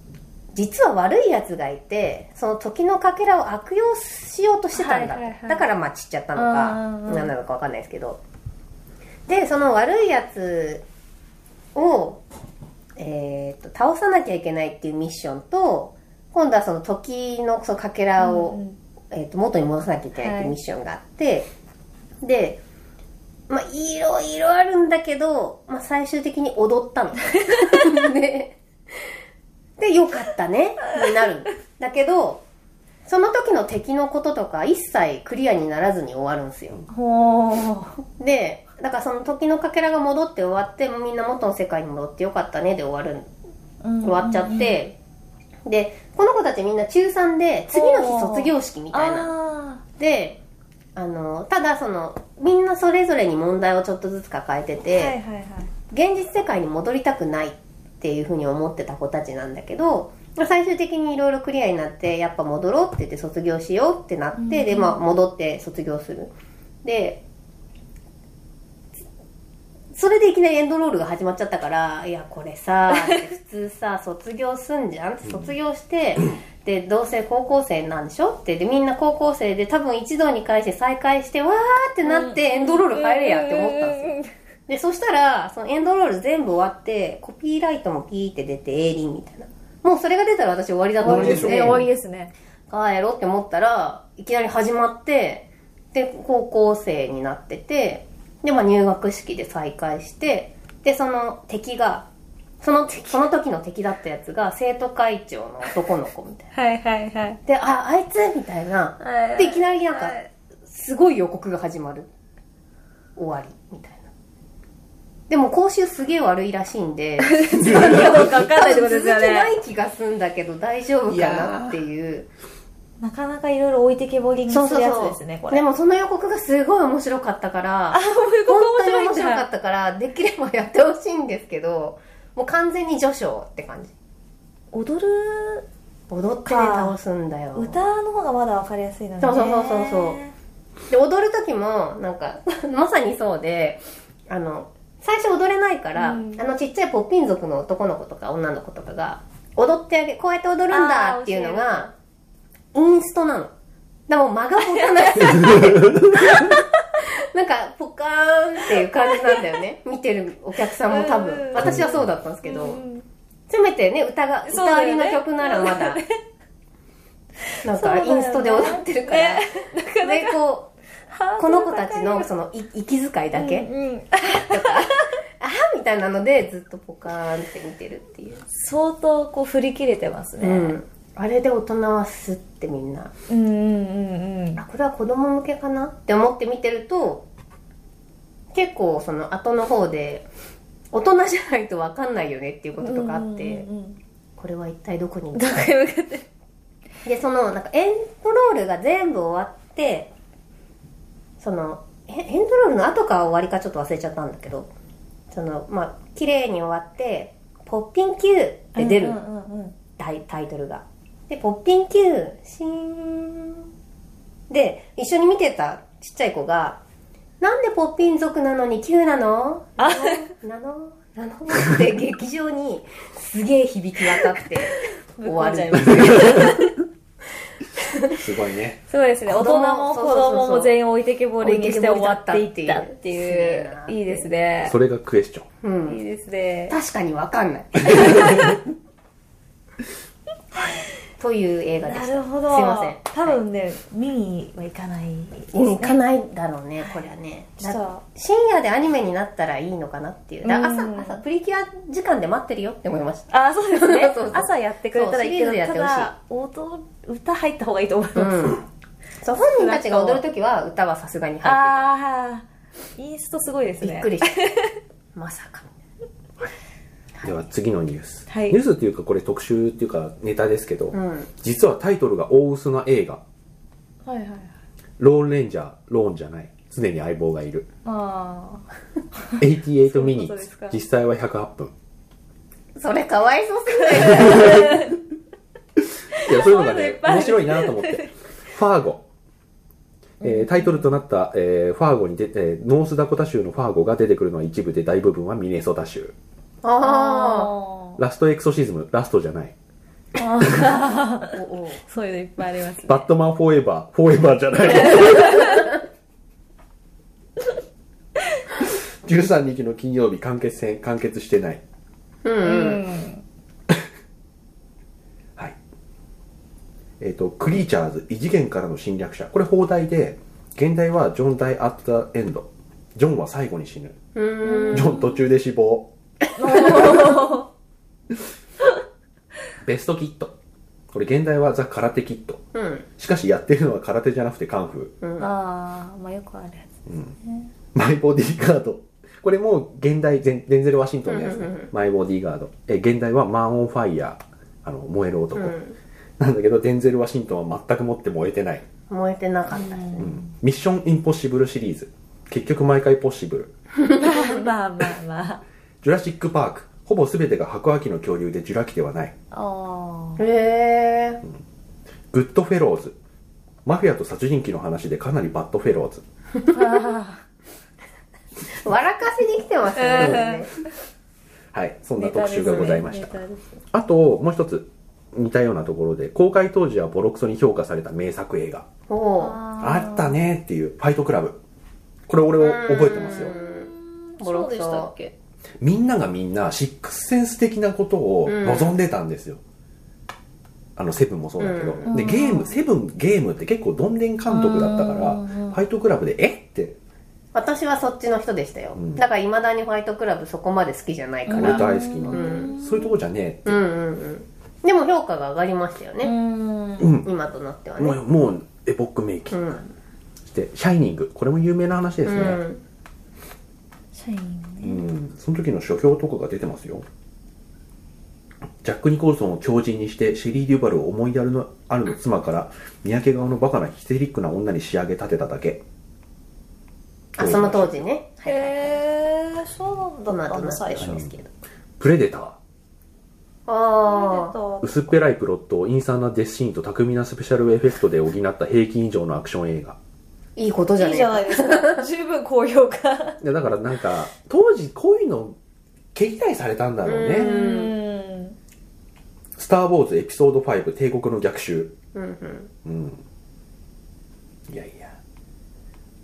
実は悪いやつがいてその時のかけらを悪用しようとしてたんだって、はいはいはいだからまあ散っちゃったのうかんうんうん何なのか分かんないですけどでその悪いやつを、えー、と倒さなきゃいけないっていうミッションと今度はその時のそのかけらを、うんうんえー、と元に戻さなきゃいけないっていうミッションがあって、でまあいろいろあるんだけど、まあ、最終的に踊ったの ででよかったねになるんだけどその時の敵のこととか一切クリアにならずに終わるんですよほー。でだからその時のかけらが戻って終わってみんな元の世界に戻ってよかったねで終わるん終終わっちゃっ、て、でこの子たちみんな中3で次の日卒業式みたいなあであのただそのみんなそれぞれに問題をちょっとずつ抱えてー。て、はいはいはい。現実世界に戻りたくないっていうふうに思ってた子たちなんだけどまあ最終的にいろいろクリアになってやっぱ戻ろうって言って卒業しようってなって、うんでまあ戻って卒業するでそれでいきなりエンドロールが始まっちゃったからいやこれさ普通さ 卒業すんじゃんって卒業して、でどうせ高校生なんでしょってでみんな高校生で多分一堂に会して再会してわーってなってエンドロール入れやって思ったんですよ、すよ。で、そしたら、そのエンドロール全部終わって、コピーライトもピーって出て、エリンみたいな。もうそれが出たら私終わりだと終思っわりでしてですょね。終わりですね。帰ろうって思ったら、いきなり始まって、で、高校生になってて、で、まあ入学式で再会して、で、その敵が、その、その時の敵だったやつが、生徒会長の男の子みたいな。はいはいはい。で、あ、あいつみたいな。で、いきなりなんか、すごい予告が始まる終わりみたいなでも講習すげえ悪いらしいん で何がどうか分かんないってこ続ときですよなね。い気がすんだけど大丈夫かなっていうなかなかいろいろ置いてけぼりにすそうそるうやそうつですね、これ。でもその予告がすごい面白かったからあ、もうこ本 こ当面白にい面ん白かっだ。たからできればやってほしいんですけどもう完全に序章って感じ踊る踊ってねか倒すんだよ歌の方がまだ分かりやすいのね。そうそうそうそうそうで踊る時もなんか まさにそうであの最初踊れないから、うんあのちっちゃいポッピン族の男の子とか女の子とかが踊ってあげこうやって踊るんだっていうのがインストなのだからもう間が持た ない なんかポカーンっていう感じなんだよね見てるお客さんも多う分ん私はそうだったんですけけど、ど。せめてね歌がそう歌あだりよねの曲ならまだなんかインストで踊ってるから、ねでこうこの子たちのそのい息遣いだけ、うんうんあみたいなのでずっとポカーンって見てるっていう、相当こう振り切れてますうねん、あれで大人はスッてみんなうんうんうんうんあこれは子供向けかなって思って見てると結構その後の方で大人じゃないと分かんないよねっていうこととかあって、うんうんうんこれは一体どこにどこへ向かってでそのなんかエンドロールが全部終わってそのヘヘンドロールの後か終わりかちょっと忘れちゃったんだけどそのまあ綺麗に終わって「ポッピン Q」って出る、うんうんうんうんタイタイトルが。で「ポッピン Q」シーンで一緒に見てたちっちゃい子が「なんでポッピン族なのに Q なのあなのなの?」って劇場にすげえ響き渡って 終わぶっる込んじゃいま。したすごいねそうですね。大子供人もそう子そうそうそう供も全員置いてけぼりにして終わっていったっ置ていいてけぼりだったうっ。ていういいですねそ。れがクエスチョンういいん、ですね。確かにわかんない。 という映画でなした。るほど。すいません。多分ね、見には行かないですうん行かね。ないだろうね、これはね。ちょっだと深夜でアニメになったらいいのかなっていう。だう朝、ん朝、プリキュア時間で待ってるよって思いました。。あ、 そうですねそうそう朝やってくれたらいいそうシリーズけど、でやったてほしいだ、音、歌入った方がいいと思います。うん。そう、本人たちが踊るときは歌はさすがに入っ あー、インストすごいですてた。びねっ。くりした。 まさか。では次のニュース、はいニュースっていうかこれ特集っていうかネタですけど、うん。実はタイトルが大薄な映画はいはいはい。 「ローンレンジャーローンじゃない常に相棒がいるあ88そうミいうニことですか実際は108分それかわいそうすぎる。いやそういうのがそういうのいっねぱいある面白いなと思ってファーゴえータイトルとなった、えーファーゴに出て、えーノースダコタ州のファーゴが出てくるのは一部で大部分はミネソタ州ー。 あラストエクソシズムラストじゃないあー。あ。おおそういうのいっぱいありますね。バットマンフォーエバーフォーエバーじゃ ない13日の金曜日完結戦完結してないうんうん。はい。えっ、と、クリーチャーズ、異次元からの侵略者。これ、放題で、現代はジョン・ダイ・アット・ザ・エンド。ジョンは最後に死ぬ。うーん。ジョン途中で死 亡。ベストキット。これ、現代はザ・空手キット。うん。しかし、やってるのは空手じゃなくてカンフー。うん。あー、まあよくあるや マイ・ボディーガード。これも、現代デン、デンゼル・ワシントンのやつうんうんうね。マイ・ボディーガード。え、現代はマン・オン・ファイヤー。あの、燃える男。うんなんだけど、デンゼル・ワシントンは全くもって燃えてない。燃えてなかった人。ミッションインポッシブルシリーズ。結局毎回ポッシブル。つ。まあまあまあ。ジュラシック・パーク。ほぼ全てが白亜紀の恐竜でジュラ紀ではない。あ ー。へえ。グッドフェローズ。マフィアと殺人鬼の話でかなりバッドフェローズ。あ笑かしに来てますね。はい、そーんな特集がございましネた。タですねあと、もう一つ、似たようなところで、公開当時はボロクソに評価された名作映画。おおう。ああったねっていう、ファイトクラブ。これ俺を覚えてますよ。ーボロそうクでソしたっけみんながみんな、シックスセンス的なことを望んでたんですよ。あの、セブンもそうだけど。んで、ゲーム、セブンゲームって結構どんでん監督だったから、うんファイトクラブで、えって、私はそっちの人でしたよ、んだからいまだにホワイトクラブそこまで好きじゃないか俺ら、大好きなうんで、ん、そういうとこじゃねうんうんうんでも評価が上がりましたようね、んえ。うん。今となってはもねう、もう、エポックメイキうング。ん、して、シャイニング。これも有名な話でうすね。ん、社員うね。ん、その時の書評とかが出てますよジャック・ニコルソンを狂人にしてシェリー・デュバルを思いやるのあるの妻から三宅顔のバカなヒステリックな女に仕上げ立てただけあその当時ねへえ、そうどなの後んだったんのだ、最最初初に。ですけど、プレデターああ薄っぺらいプロットを陰惨なデスシーンと巧みなスペシャルエフェクトで補った平均以上のアクション映画いいことじゃいいねじえゃかないですか。十分高評価。いやだからなんか当時こういうの毛嫌いされたんだろうね ううんん。 「スター・ウォーズエピソード5帝国の逆襲」うんうんうんいやいや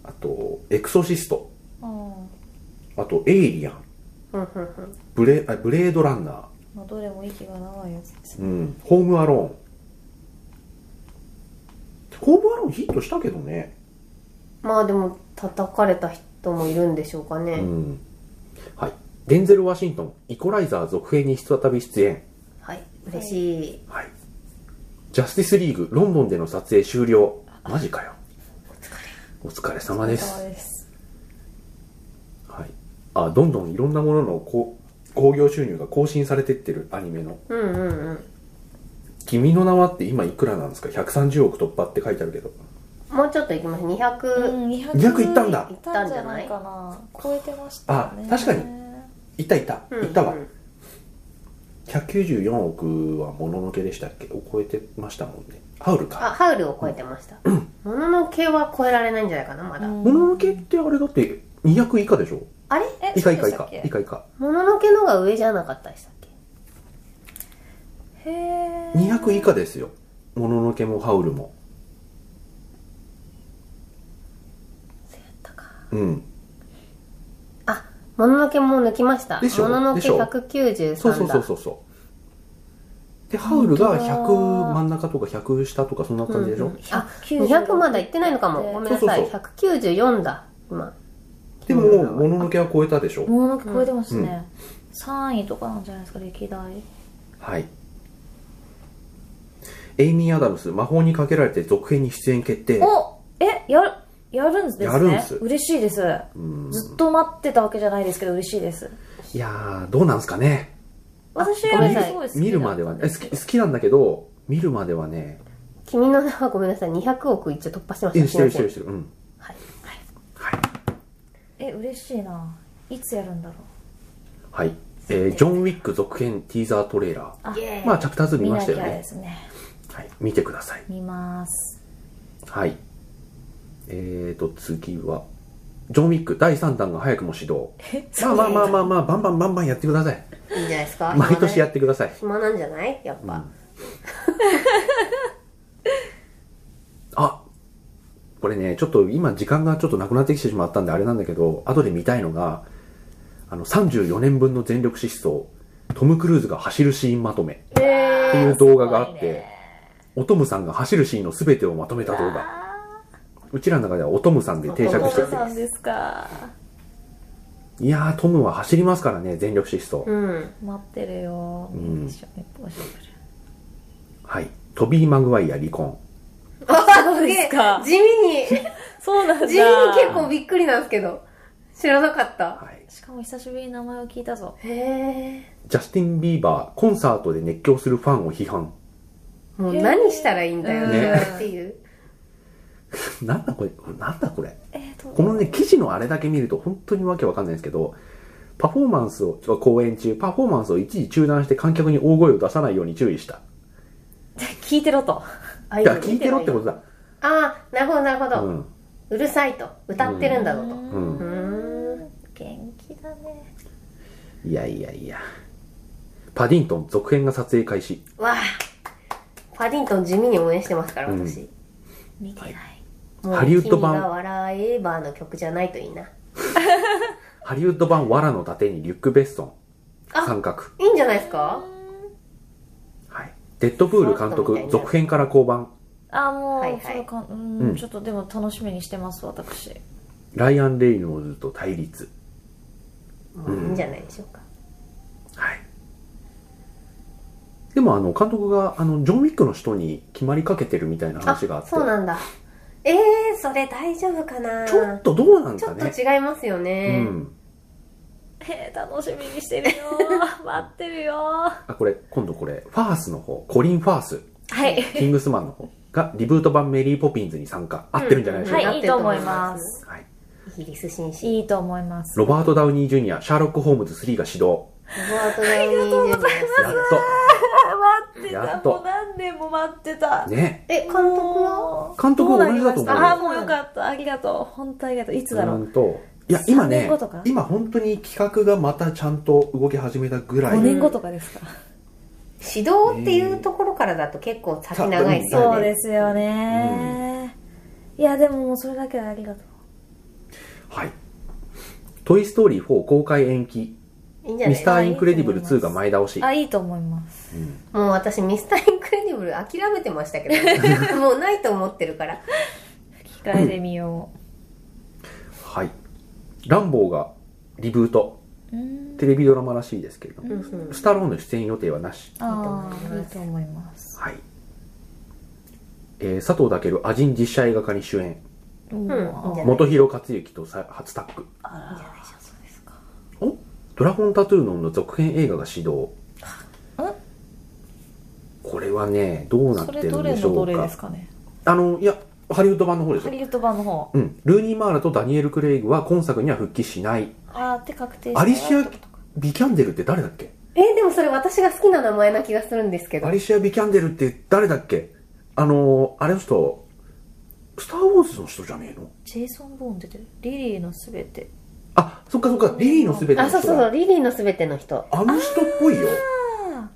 あと「エクソシスト」あと「エイリアンうんうんうん」ブレあ「ブレードランナーまあ、どれも息が長いやつです」うね。ん「ホームアローン」ホームアローンヒットしたけどねまあでも叩かれた人もいるんでしょうかね、うんはいデンゼル・ワシントン「イコライザー」続編に再び出演はい嬉しい、はいジャスティスリーグロンドンでの撮影終了マジかよお疲れ様ですそうです。はい、あどんどんいろんなもののこう興行収入が更新されてってるアニメのうんうんうん「君の名は」って今いくらなんですか130億突破って書いてあるけどもうちょっと行きます200、ん、200 200いったんだいったんじゃないかな超えてましたよねあ確かにいったいったうんいったわうん194億はもののけでしたっけを超えてましたもんねハウルあかハウルを超えてましたもののけは超えられないんじゃないかなまだ、もののけってあれだって200以下でしょあれえ以下以そ下うで以したっ下け以下以下もののけの方が上じゃなかったでしたっけへえ200以下ですよもののけもハウルもそうやったかうんあもののけもう抜きましたでしょもののでけしょ193だそうそうそうそうそうでハウルが本当100だ真ん中とか100下とかそんな感じでしょ、うんうんあ200まだ行ってないのかもごめんなさいそう194だ今でも、うんもののけは超えたでしょ、もののけ超えてますね、3位とかなんじゃないですか歴代はいエイミー・アダムス魔法にかけられて続編に出演決定おえやるやるんですねやるんです嬉しいですうんずっと待ってたわけじゃないですけど嬉しいですいやーどうなんすかね私ごはめんなさいすごい好き見るまではねえ好き好きなんだけど見るまではね君の名はごめんなさい200億一応突破してましえたしてるしすていませんるしてるうんはいはいえ嬉しいないつやるんだろはい、えージョン・ウィック続編ティーザートレーラうあイエーイーまあチャプター2見見まなしきたよゃでねすねはい、見てください見ますはいえーと次はジョン・ウィック第3弾が早くも始動えまあまあまあまあまあバンバンバンバンやってくださいいいんじゃないですか毎年やってください暇なんじゃないやっぱ、あこれねちょっと今時間がちょっとなくなってきてしまったんであれなんだけど後で見たいのがあの34年分の全力疾走トム・クルーズが走るシーンまとめっえていう動画があって、おとむさんが走るシーンの全てをまとめた動画うちらの中ではおとむさんで定お着して父るさんですかいやートムは走りますからね全力疾走、うん待ってるよん一緒にポーズするはいトビー・マグワイア離婚あうですか すげえ地味にそうなんだ地味に結構びっくりなんですけど知らなかったはいしかも久しぶりに名前を聞いたぞへえジャスティン・ビーバーコンサートで熱狂するファンを批判 もう何したらいいんだよねっていうなんだこれなんだこれえーとこのね、記事のあれだけ見ると本当にわけわかんないんですけど、パフォーマンスを、公演中、パフォーマンスを一時中断して観客に大声を出さないように注意した。聞いてろとアいイドや、ル聞いてろってことだ。ああなるほどなるほう。ど、うんるさいと歌ってるんだぞと、んうーん元気だねいやいやいや。パディントン続編が撮影開始。わあパディントン地味に応援してますからうん私、見てない、もうハリウッド版君が笑えばの曲じゃないといいなハリウッド版わらの盾にリュック・ベッソン。あ三角。いいんじゃないですかはい。デッドプール監そうだった督みたいね続編から降板。あもう、はいはいそれかうーん、うんちょっとでも楽しみにしてます私ライアン・レイノーズと対立。もういいんじゃないでしょうか、はい。でもあの、監督が、あの、ジョン・ウィックの人に決まりかけてるみたいなあ話があって。そうなんだえー、それ大丈夫かなちょっとどうなんちょかっね。と違いますよね、うん。えー、楽しみにしてるよ 待ってるよはあ、これ、今度これ、ファースの方、コリン・ファース、いキングスマンの方が、リブート版メリー・ポピンズに参加。合ってるんじゃないでしょうか。はいいいと思いますはい。イギリス紳士いいと思いますロバート・ダウニー・ジュニア、シャーロック・ホームズ3が始動。ロバート・ダウニー・ジュニアさやんっあ待ってやたっともう何年も待ってたと。ね。え監督はもう監督も同じだと思うよどなりましたあーもうよかったありがとう本当ありがとういつだろう、んと。いや、今三ね年後とか、今本当に企画がまたちゃんと動き始めたぐら5い。年後とかですか、指導っていうところからだと結構先長いですうんよそねうですよね、いやでももうそれだけでありがとうはい。トイ・ストーリー4公開延期。いいんじゃないミでスすかター・インクレディブル2が前倒し。あいいと思いますもう私ミスターインクレディブル諦めてましたけ どもうないと思ってるから吹き替えでみよはい。ランボーがリブート。う、うん、テレビドラマらしいですけれどうんうも。んスタローンの出演予定はなし。ああいいいいとと思いますはい。えー佐藤健、アジン実写映画化に主演。うんいいんじゃない元広克行とさ初タッグ。あらそうですかおドラゴンタトゥーノンの続編映画が始動。あこれはね、どうなっそてれるどんでれしょのうか。どれですかねあの、いや、ハリウッド版の方でしハょリウッド版の方うんルーニー・マーラとダニエル・クレイグは今作には復帰しないあーって確定アリシアってことか・ビキャンデルって誰だっけえ、でもそれ私が好きな名前な気がするんですけどア。リシア・ビキャンデルって誰だっけあのー、あれの人スター・ウォーズの人じゃねえのジェイソン・ボーン出てるリリーのすべてあそっかそっかリリーのすべてのあ、人そうそうそだう、リリーのすべての人。あの人っぽいよあ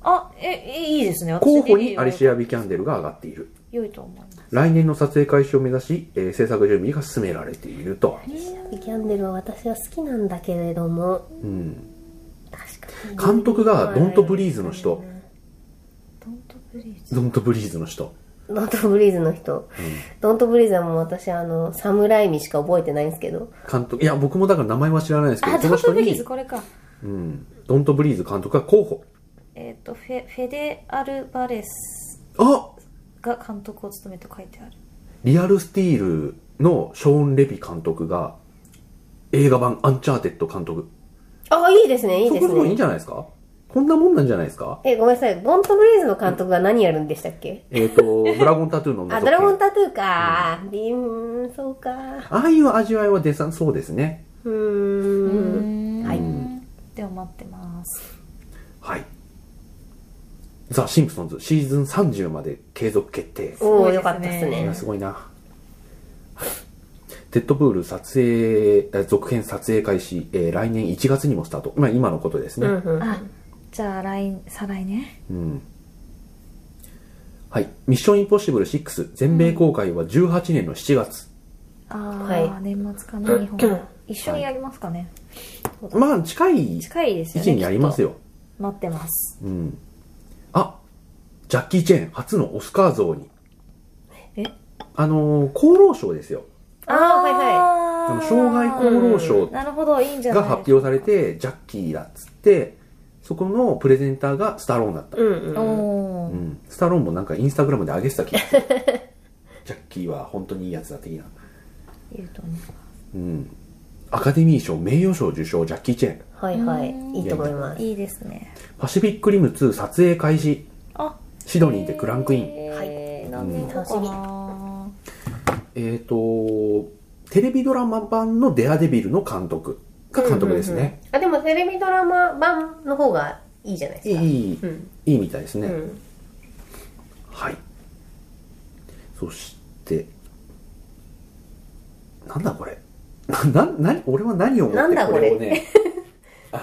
ああえいいですね私候補リリにーはアリシア・ビキャンデルが上がっている良いと思います来年の撮影開始を目指し、えー制作準備が進められていると、ビキャンデルは私は好きなんだけれども、うん、確かに。監督がドント・ブリーズの人。ドントブリーズドント・ブリーズの人ドント・ブリーズの人。ドント・ブリーズはもう私、あの、サムライミしか覚えてないんですけど。監督いや僕もだから名前は知らないですけどあこドのント人ブリーズに、これかうん、ドント・ブリーズ監督が候補えっ、とフェフェデ・アルバレスあが監督を務めて書いてあるリアル・スティールのショーン・レビ監督が映画版「アンチャーテッド」監督あ、いいですね、いいでそこすそこいいんね。じゃないですかこんなもんなんじゃないですかえ、ごめんなさい、ドント・ブリーズの監督が何やるんでしたっけえっ、とドラゴンタトゥーのあ、ドラゴンタタトゥーか。ビーン、そうか。ああいう味わいは出さそうですねううーん。ははいでは待ってますはい「ザ・シンプソンズ」シーズン30まで継続決定おごおいですねよかったですいねや。すごいな はいデッドプール撮影あ続編撮影開始、えー来年1月にもスタート、まあ、今のことですうね、んうん。あじゃあ来再来ねうんはい。ミッションインポッシブル6、全米公開は18年の7月。ああ、はい年末かな日本一緒にやりますかねまあ、近い位近いですよね置にありますよよ。待ってますうん。あ、ジャッキー・チェーン、初のオスカー像に。えあのー厚労省ですよ。ああ、はいはああの、障害厚労省なるほどいいんじゃないが発表されて、ジャッキーだっつって、そこのプレゼンターがスタローンだったい。。うんおうん。うおー、ん。スタローンもなんかインスタグラムで上げてた気が する。ジャッキーは本当にいいやつだ、的な。言うとねうん。アカデミー賞名誉賞受賞、ジャッキー・チェーン。はいはい。いいと思います。いいですねパシフィックリム2撮影開始あシドニーでクランクインえっ、はい何年後かなとテレビドラマ版の「デアデビル」の監督が監督ですね、あ、でもテレビドラマ版の方がいいじゃないですか。いい、うん。いいみたいですね、うん。はいそしてなんだこれ ななな俺は何を思なっんてだここれれをね あ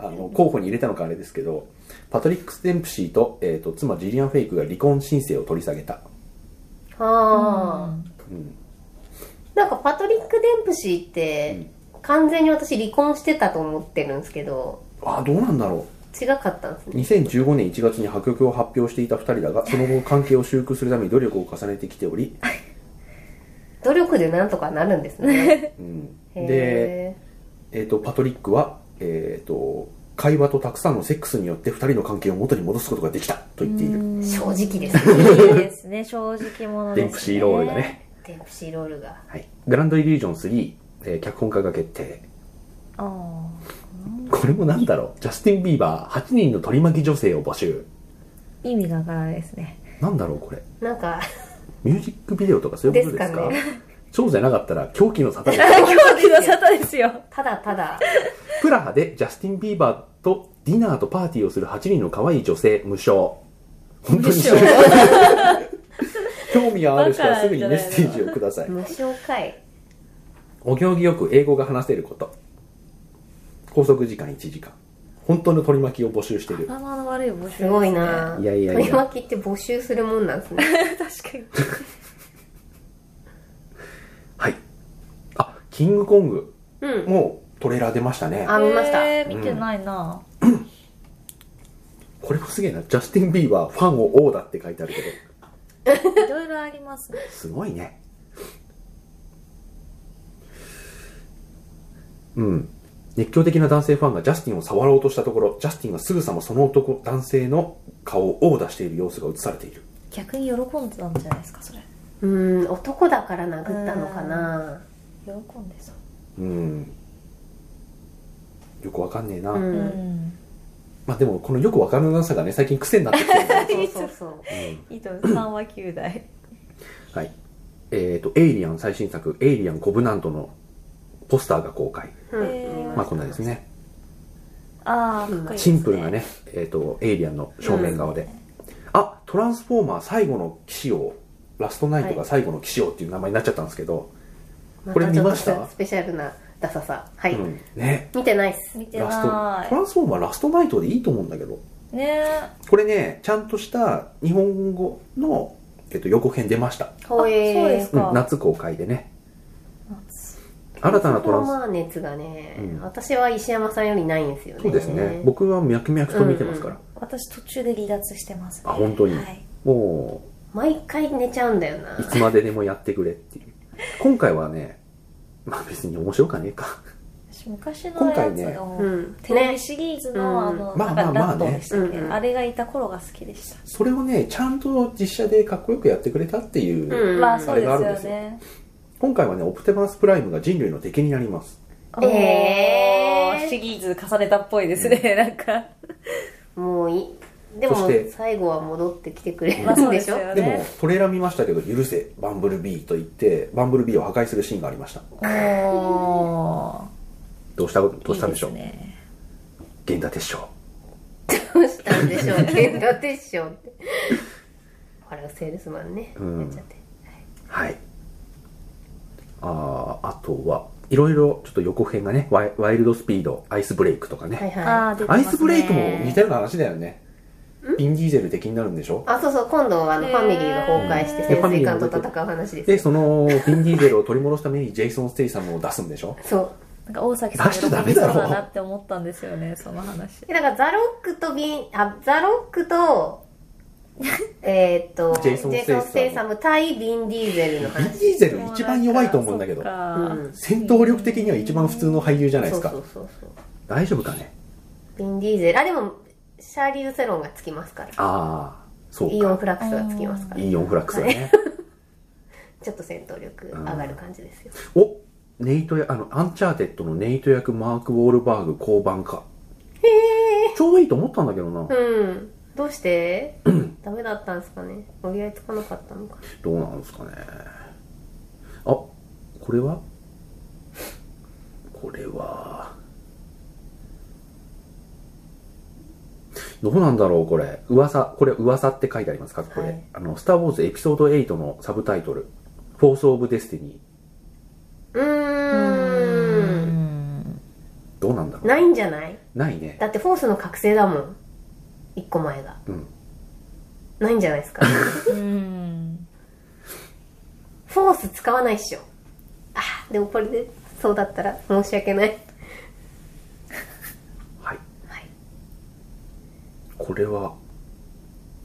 のあの候補に入れたのかあれですけどパトリック・ステンプシーと,、えー、と妻ジリアン・フェイクが離婚申請を取り下げたはあ、うんなんかパトリック・デンプシーって、完全に私離婚してたと思ってるんですけど、あどうなんだろう違かったんですね。 2015年1月に破局を発表していた2人だがその後関係を修復するために努力を重ねてきてお り、努力でなんとかなるんですね。うんで、へえー、とパトリックは、えー、と会話とたくさんのセックスによって2人の関係を元に戻すことができたと言っているえ。正直です。 いいですね正直者でデすねンプシーロールだね、デンプシーロールが。はい、グランドイリュージョン3、えー脚本家が決定あーこれもなんだろうジャスティン・ビーバー8人の取り巻き女性を募集意味がわからないですねなんだろうこれなん か、ミュージックビデオとかそういうことですかですそうじゃなかったら狂気の沙汰です狂気の沙汰ですよただただ、プラハでジャスティン・ビーバーとディナーとパーティーをする8人の可愛い女性無償本当に無 興味がある人はすぐにメバッカなんセじゃないのージをください無償会。お行儀よく英語が話せること拘束時間1時間本当の取り巻きを募集してる頭の悪い募集すごいなぁいやいやいや取り巻きって募集するもんなんで すね。確かにはいあキングコングうん。もうトレーラー出ましたねあ見ましたえー見てないな、これもすげえなジャスティン・ビーバーファンを王だって書いてあるけどいろいろありますねすごいねうん熱狂的な男性ファンがジャスティンを触ろうとしたところジャスティンがすぐさまその男男性の顔を殴打している様子が映されている逆に喜んでたんじゃないですかそれうん、男だから殴ったのかな喜んでそううんよくわかんねえな、ううんんまあでもこのよく わからなさがね最近癖になってきてるんだよそうそうそう。うんいいと思います3は9代はい。えっ、と、エイリアン最新作、エイリアンコブナントのポスターが公開。うんえーまあこんなですね。ああ、かっこいいですねシンプルなね、えっ、と、エイリアンの正面側で。あ、トランスフォーマー最後の騎士王、ラストナイトが最後の騎士王っていう名前になっちゃったんですけど、これ見ましたたちょっとスペシャルなダサさはうい、ん、ね。見てないっす見てラスト、なトランスフォーマーラストナイトでいいと思うんだけど、い。ねえ。これね、ちゃんとした日本語の、えっと予告編出ました。ほえーそうですうん、か夏公開でね。夏新たなトランス、マー熱がね、うん私は石山さんよりないんですよねそうですね。僕は脈々と見てますから。私途中で離脱してます、あ本当にはい、もう、毎回寝ちゃうんだよないつまででもやってくれっていう。今回はね、まあ別に面白かねえか。私昔の今や回つねがもう、うんテレビねシリーズうんの、あの、まあなまあんかラッまあトねでしたっけ、うんうんあれがいた頃が好きでした、それをね、ちゃんと実写でかっこよくやってくれたっていう。うんまあそうですあれがあるんよですよね今回はね、オプティマスプライムが人類の敵になります。よえーおーシリーズ重ねたっぽいですね、なんかもういいでもそして最後は戻ってきてくれるんまあそうででしすょ、よねでも、トレーラー見ましたけど、許せ、バンブルビーと言って、バンブルビーを破壊するシーンがありました。おどうした、どうしたんでしょう。ね源田鉄章。どうしたんでしょう源田鉄章ってあれがセールスマンね、うんやっちゃってはい。あーあとは、いろいろちょっと予告編がね、ワイワイルドスピード、アイスブレイクとかね。はいはいああー出てまアすイねスブレイクも似たような話だよね。ビンディーゼル敵になるんでしょそうそう今度はあのへーファミリーが崩壊してうん潜水艦と戦う話ですで、そのビンディーゼルを取り戻すためにジェイソン・ステイサムを出すんでしょそうなんか大崎さん出しちゃダ喜メびそうだろだなって思ったんですよねその話でだからザロックとビンあザロックと えーっとジェイソンジェイソン・ステイサム対ビン・ディーゼルのビンデ話ィーゼル一番弱いと思うんだけどそっ。かうん戦闘力的には一番普通の俳優じゃないですか。そうそうそうそう大丈夫かねビン・ディーゼルあでもシャーリーズ・セロンがつきますからああ、そうイオン・か。フラックスがつきますからイーオンフラックスだね。ちょっと戦闘力上がる感じですよおネイトや、あの、アンチャーテッドのネイト役マーク・ウォールバーグ降板か。へえ。ちょうどいいと思ったんだけどな。うんど うしてダメだったんですかね折り合いつかなかったのかどうなんですかね。あ、これはこれは。どうなんだろうこれ。噂、これ噂って書いてありますかこれ。はいあの、スター・ウォーズエピソード8のサブタイトル。フォース・オブ・デスティニー。うーんどうなんだろうないんじゃないないね。だってフォースの覚醒だもん一個前がうん。ないんじゃないで すかうんフォース使わないっしょあでもこれでそうだったら申し訳ないはい。はいこれは、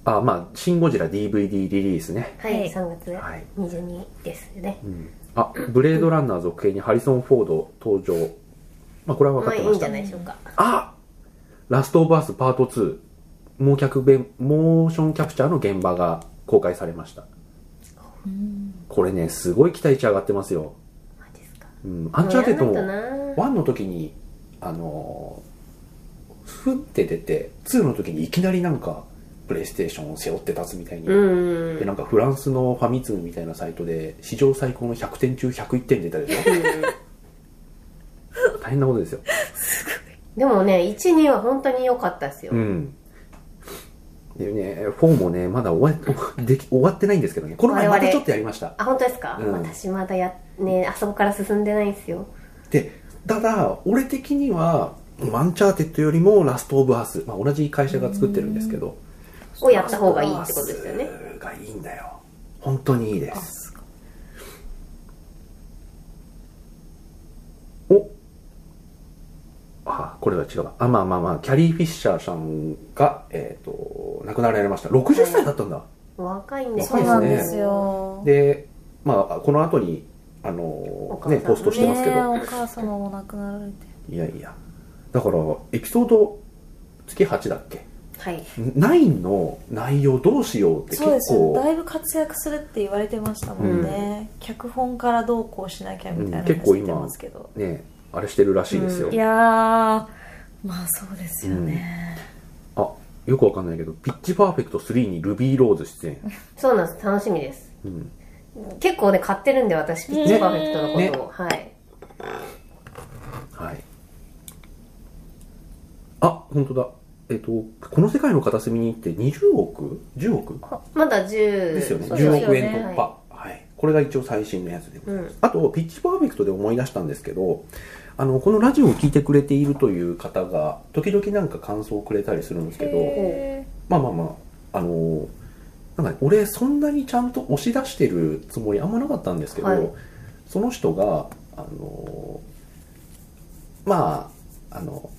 あ、まあ、シン・ゴジラ DVD リリースね。はい、はい3月はい22ですよね、あ、ブレードランナー続編にハリソン・フォード登場。まあ、これは分まかっあていまいんしじた。ゃないでしょうかあラストオブアスパート2、モーキャクベモーションキャプチャーの現場が公開されました。これね、すごい期待値上がってますよ。マジですかうん、アンチャーテッドも、やらないとな1の時に、あのー、ふって出て、2の時にいきなりなんか、プレイステーションを背負って立つみたいに。うんで、なんかフランスのファミツムみたいなサイトで、史上最高の100点中101点出た でしょ大変なことですよ。でもね12は本当に良かったですよ、うん。でね、4もね、まだ終わでき終わってないんですけどね、この前我ま々たちょっとやりました。あ本当ですか、うん私まだやねあそこから進んでないんですよで、ただ、俺的には、マンチャーテッドよりもラストオブアース、まあ、同じ会社が作ってるんですけど、をやった方がいいってことですよねラストオブアースがいいんだよ。本当にいいです。おあ、これは違うわ。あ、まあまあまあ、キャリー・フィッシャーさんが、えっ、と、亡くなられました。60歳だったんだ。若いんですそうなんですねよで、まあ、この後に、あの母さんね、ポストしてますけねえど、お母様も亡くなられていやいや、だから、エピソード月8だっけはい、 ?9 の内容どうしようって結そうですよだ構、いぶ活躍するって言われてましたもんね、脚本からどうこうしなきゃみたいなうん結構話今してますけど、ね、あれしてるらしいですよい。やーまあそうですよね、あ、よくわかんないけど、ピッチパーフェクト3にルビーローズ出演。そうなんです楽しみですうん結構ね、買ってるんで、私、ピッチパーフェクトのことを。はい。はい。あ、本当だ。えっと、この世界の片隅にって20億 ?10 億まだ10ですよね。そうですよね10億円突破。はい。これが一応最新のやつでうん。あと、ピッチパーフェクトで思い出したんですけど、あの、このラジオを聞いてくれているという方が、時々なんか感想をくれたりするんですけど、へまあまあまあ、あのーなんか俺そんなにちゃんと押し出してるつもりあんまなかったんですけど、はいその人が、あのーまあ、あの、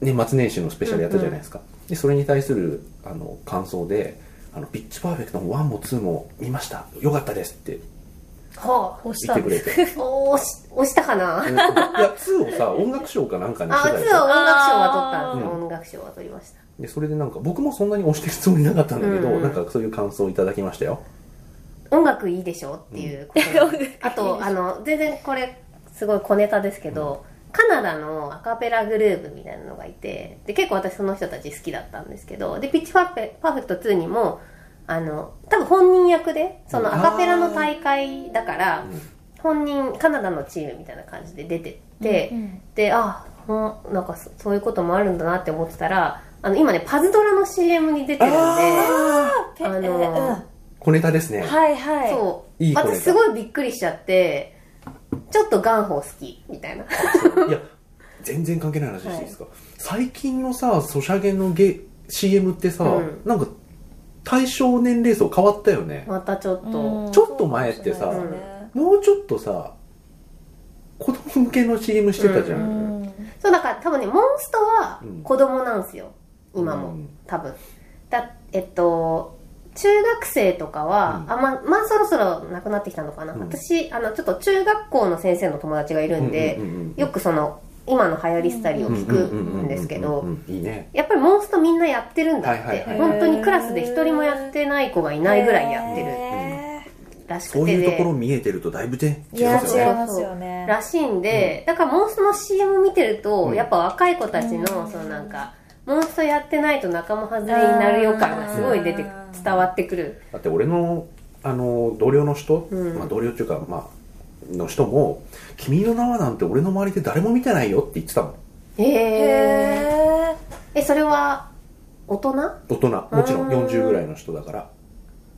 年末年始のスペシャルやったじゃないですか。で、それに対する、あの、感想で、あの、ピッチパーフェクトも1も2も見ました。よかったですってはー押し言ったてんくでれすて。あ、おーし押したかな。いや、2をさ、音楽賞かなんかにしあ、てたでし2ょは音楽賞は取ったんですあー音楽賞は取りました。で、それでなんか、僕もそんなに押してるつもりなかったんだけど、うんなんかそういう感想をいただきましたよ。音楽いいでしょっていう ことで、あとあの全然これすごい小ネタですけど、カナダのアカペラグループみたいなのがいてで結構私その人たち好きだったんですけどでピッチパーフェパーフェクト2にもあの多分本人役でそのアカペラの大会だから本人カナダのチームみたいな感じで出てって、うんであほんなんかそそういうこともあるんだなって思ってたらあの今ねパズドラの CM に出てるんであーペあのーえーうん小ネタですね。はいはいそういい声だ私すごいびっくりしちゃってちょっとガンホ好きみたいないや、全然関係ない話していいですか。最近のさ、ソシャゲのゲ CM ってさ、うんなんか、対象年齢層変わったよね。またちょっとうんちょっと前ってさそうかもしれないでもうちょっとさ、子供向けの CM してたじゃすねん。うんそうだから多分ねモンストはうん子供なんですよ今も、うん多分だえっと中学生とかは、うんあままあそろそろなくなってきたのかな、うん私あのちょっと中学校の先生の友達がいるんで、うんうんうんうんよくその今の流行りしたりを聞くんですけうどんうんうんうんうんいいね。やっぱりモンストみんなやってるんだって、はいはいはい本当にクラスで一人もやってない子がいないぐらいやってるへらしくてそうでいうところ見えてるとだいぶね、ー違いいやま違すよいね。ますよねらしいんで、だからモンストの CM 見てると、うんやっぱ若い子たちの、うんそのなんかモンストやってないと仲間外れになるよ感がすごい出てうん伝わってくるだって俺の、あの、同僚の人、うんまあ同僚っていうか、まあ、の人も、君の名はなんて俺の周りで誰も見てないよって言ってたもん。へえへーえそれは大人大人。もちろんあー40ぐらいの人だから。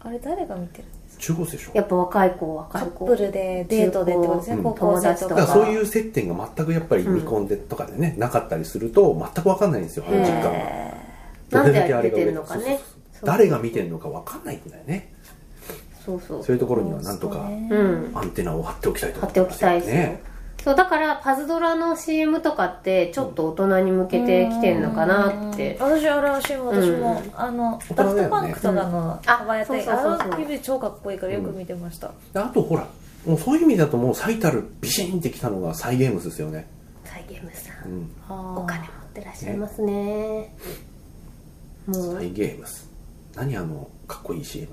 あれ誰が見てる中高生でしょやっぱ若い子若カいッ子プルでデートでってことですうねん高校生とだかから友そう達いう接点が全くやっぱり見込んでとかでね、なかったりすると全く分かんないんですよあの実感はへなどれんでだけやあっれてが上手てるのかねそう誰が見てるのか分かんないんだよねそうそうそういうとこーろにはなんとかそううねんアンテナを張っておきたいと買思っておまきすよたいですよ、そうだからパズドラの CM とかってちょっと大人に向けてきてんのかなってうん私あれらしいも私も、あの人だダよフねトパンクとかのあ幅やったりそうそうそうそうあの PV 超かっこいいからよく見てました、であとほらもうそういう意味だともう最たるビシーンってきたのがサイ・ゲームズですよね、サイゲームさんうん、お金持ってらっしゃいますね。もサうイ・ゲームズ何あのかっこいい CM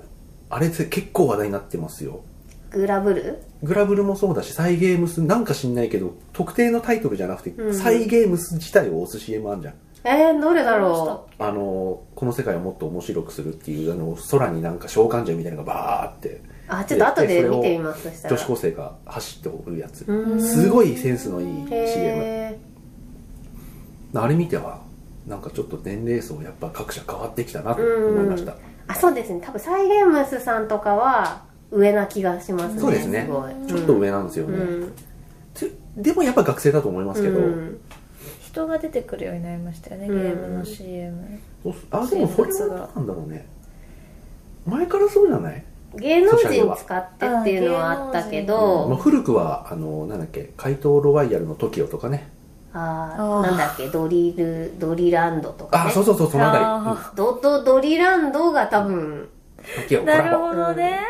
あれって結構話題になってますよグラブルグラブルもそうだしサイ・ゲームスなんか知んないけど特定のタイトルじゃなくて、うんサイ・ゲームス自体を押す CM あるじゃんえー、どれだろあのこの世界をもっと面白くするっていうあの空になんか召喚獣みたいなのがバーってうあ、ちょっと後で見てみます、そした女ら。子高生が走っておるやつうんすごいセンスのいい CM へあれ見てはなんかちょっと年齢層やっぱ各社変わってきたなと思いましたーあ、そうですね。多分サイゲームスさんとかは上な気がしますね。そうですねごいちょっとうん上なんですよね、うん。つでもやっぱ学生だと思いますけど、うん人が出てくるようになりましたよね、うんゲームの CM そうすあでもそれはどうなんだろうね前からそうじゃない、芸能人使ってっていうのはあったけまあ、ど、古くはあのなんだっけ怪盗ロワイヤルの TOKIO とかねああーーなんだっけ、ドリル、ドリランドとか、あね。そうそうそうそのああドドドリランドが多分、たり TOKIO コなラるボほどね、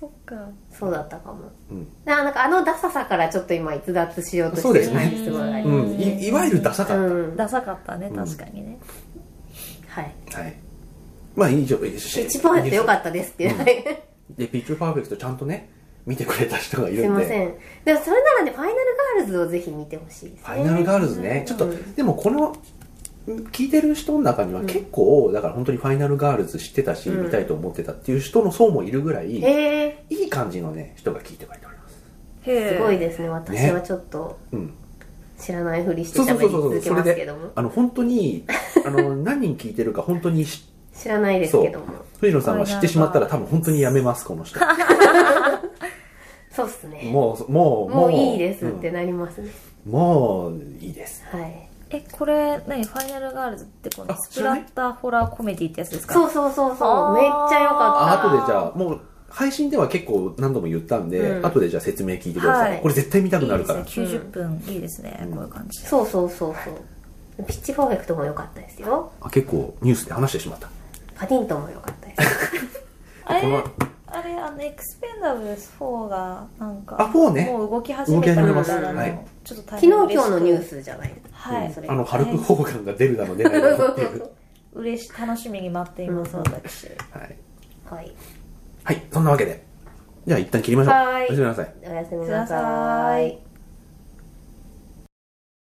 そっかそうだったかも。うんななんかあのダサさからちょっと今逸脱しようとそうでしてする感ねじすごいありうまん、いいわゆるダサすかった、うんダサかったね確かにね、はいはいまあ以上えし一番やってよかったですっていう、はいでピッチパーフェクトちゃんとね見てくれた人がいすいるんまでせんでもそれならねファイナルガールズをぜひ見てほしいですねファイナルガールズね、ちょっとでもこの聞いてる人の中には結構、だから本当にファイナルガールズ知ってたし、うん見たいと思ってたっていう人の層もいるぐらい、えいい感じのね人が聞いてくれておりますへすごいですね私はちょっとうん知らないふりしてそうそう喋そりうそう続けそまれすけでどもあの本当 にあの何人聞いてるか本当にし知らないですけども藤野さんは知ってしまったら多分本当にやめますこの人そうっすねもうもうもういいですっうてなりますね、んもういいですはいえこれ何ファイナルガールズってこのあス知プらラないッターホラーコメディってやつですかそううそうそうそあーうめっちゃ良あか後っでじゃあもう配信では結構何度も言ったんで、うん後でじゃあ説明聞いてください、はいこれ絶対見たくいないるでかすらね90分いいですねこういう感じたそうそうそうそうピッチパーフェクトも良かったですよあ結構ニュースで話してしまったパディントンも良かった ですあれこのあれあのエクスペンダブルス4がなんかあ4ねもう動き始動めたき始かめまらすはいちょっと昨大日今日のニューススじゃないはうんいそれあの軽く砲感が出るだの出ないだのってい そうそうう嬉し楽しみに待っていますうん私はい、はいはい、そんなわけでじゃあ一旦切りましょうはーいおやすみなさいおやすみくだなささーいい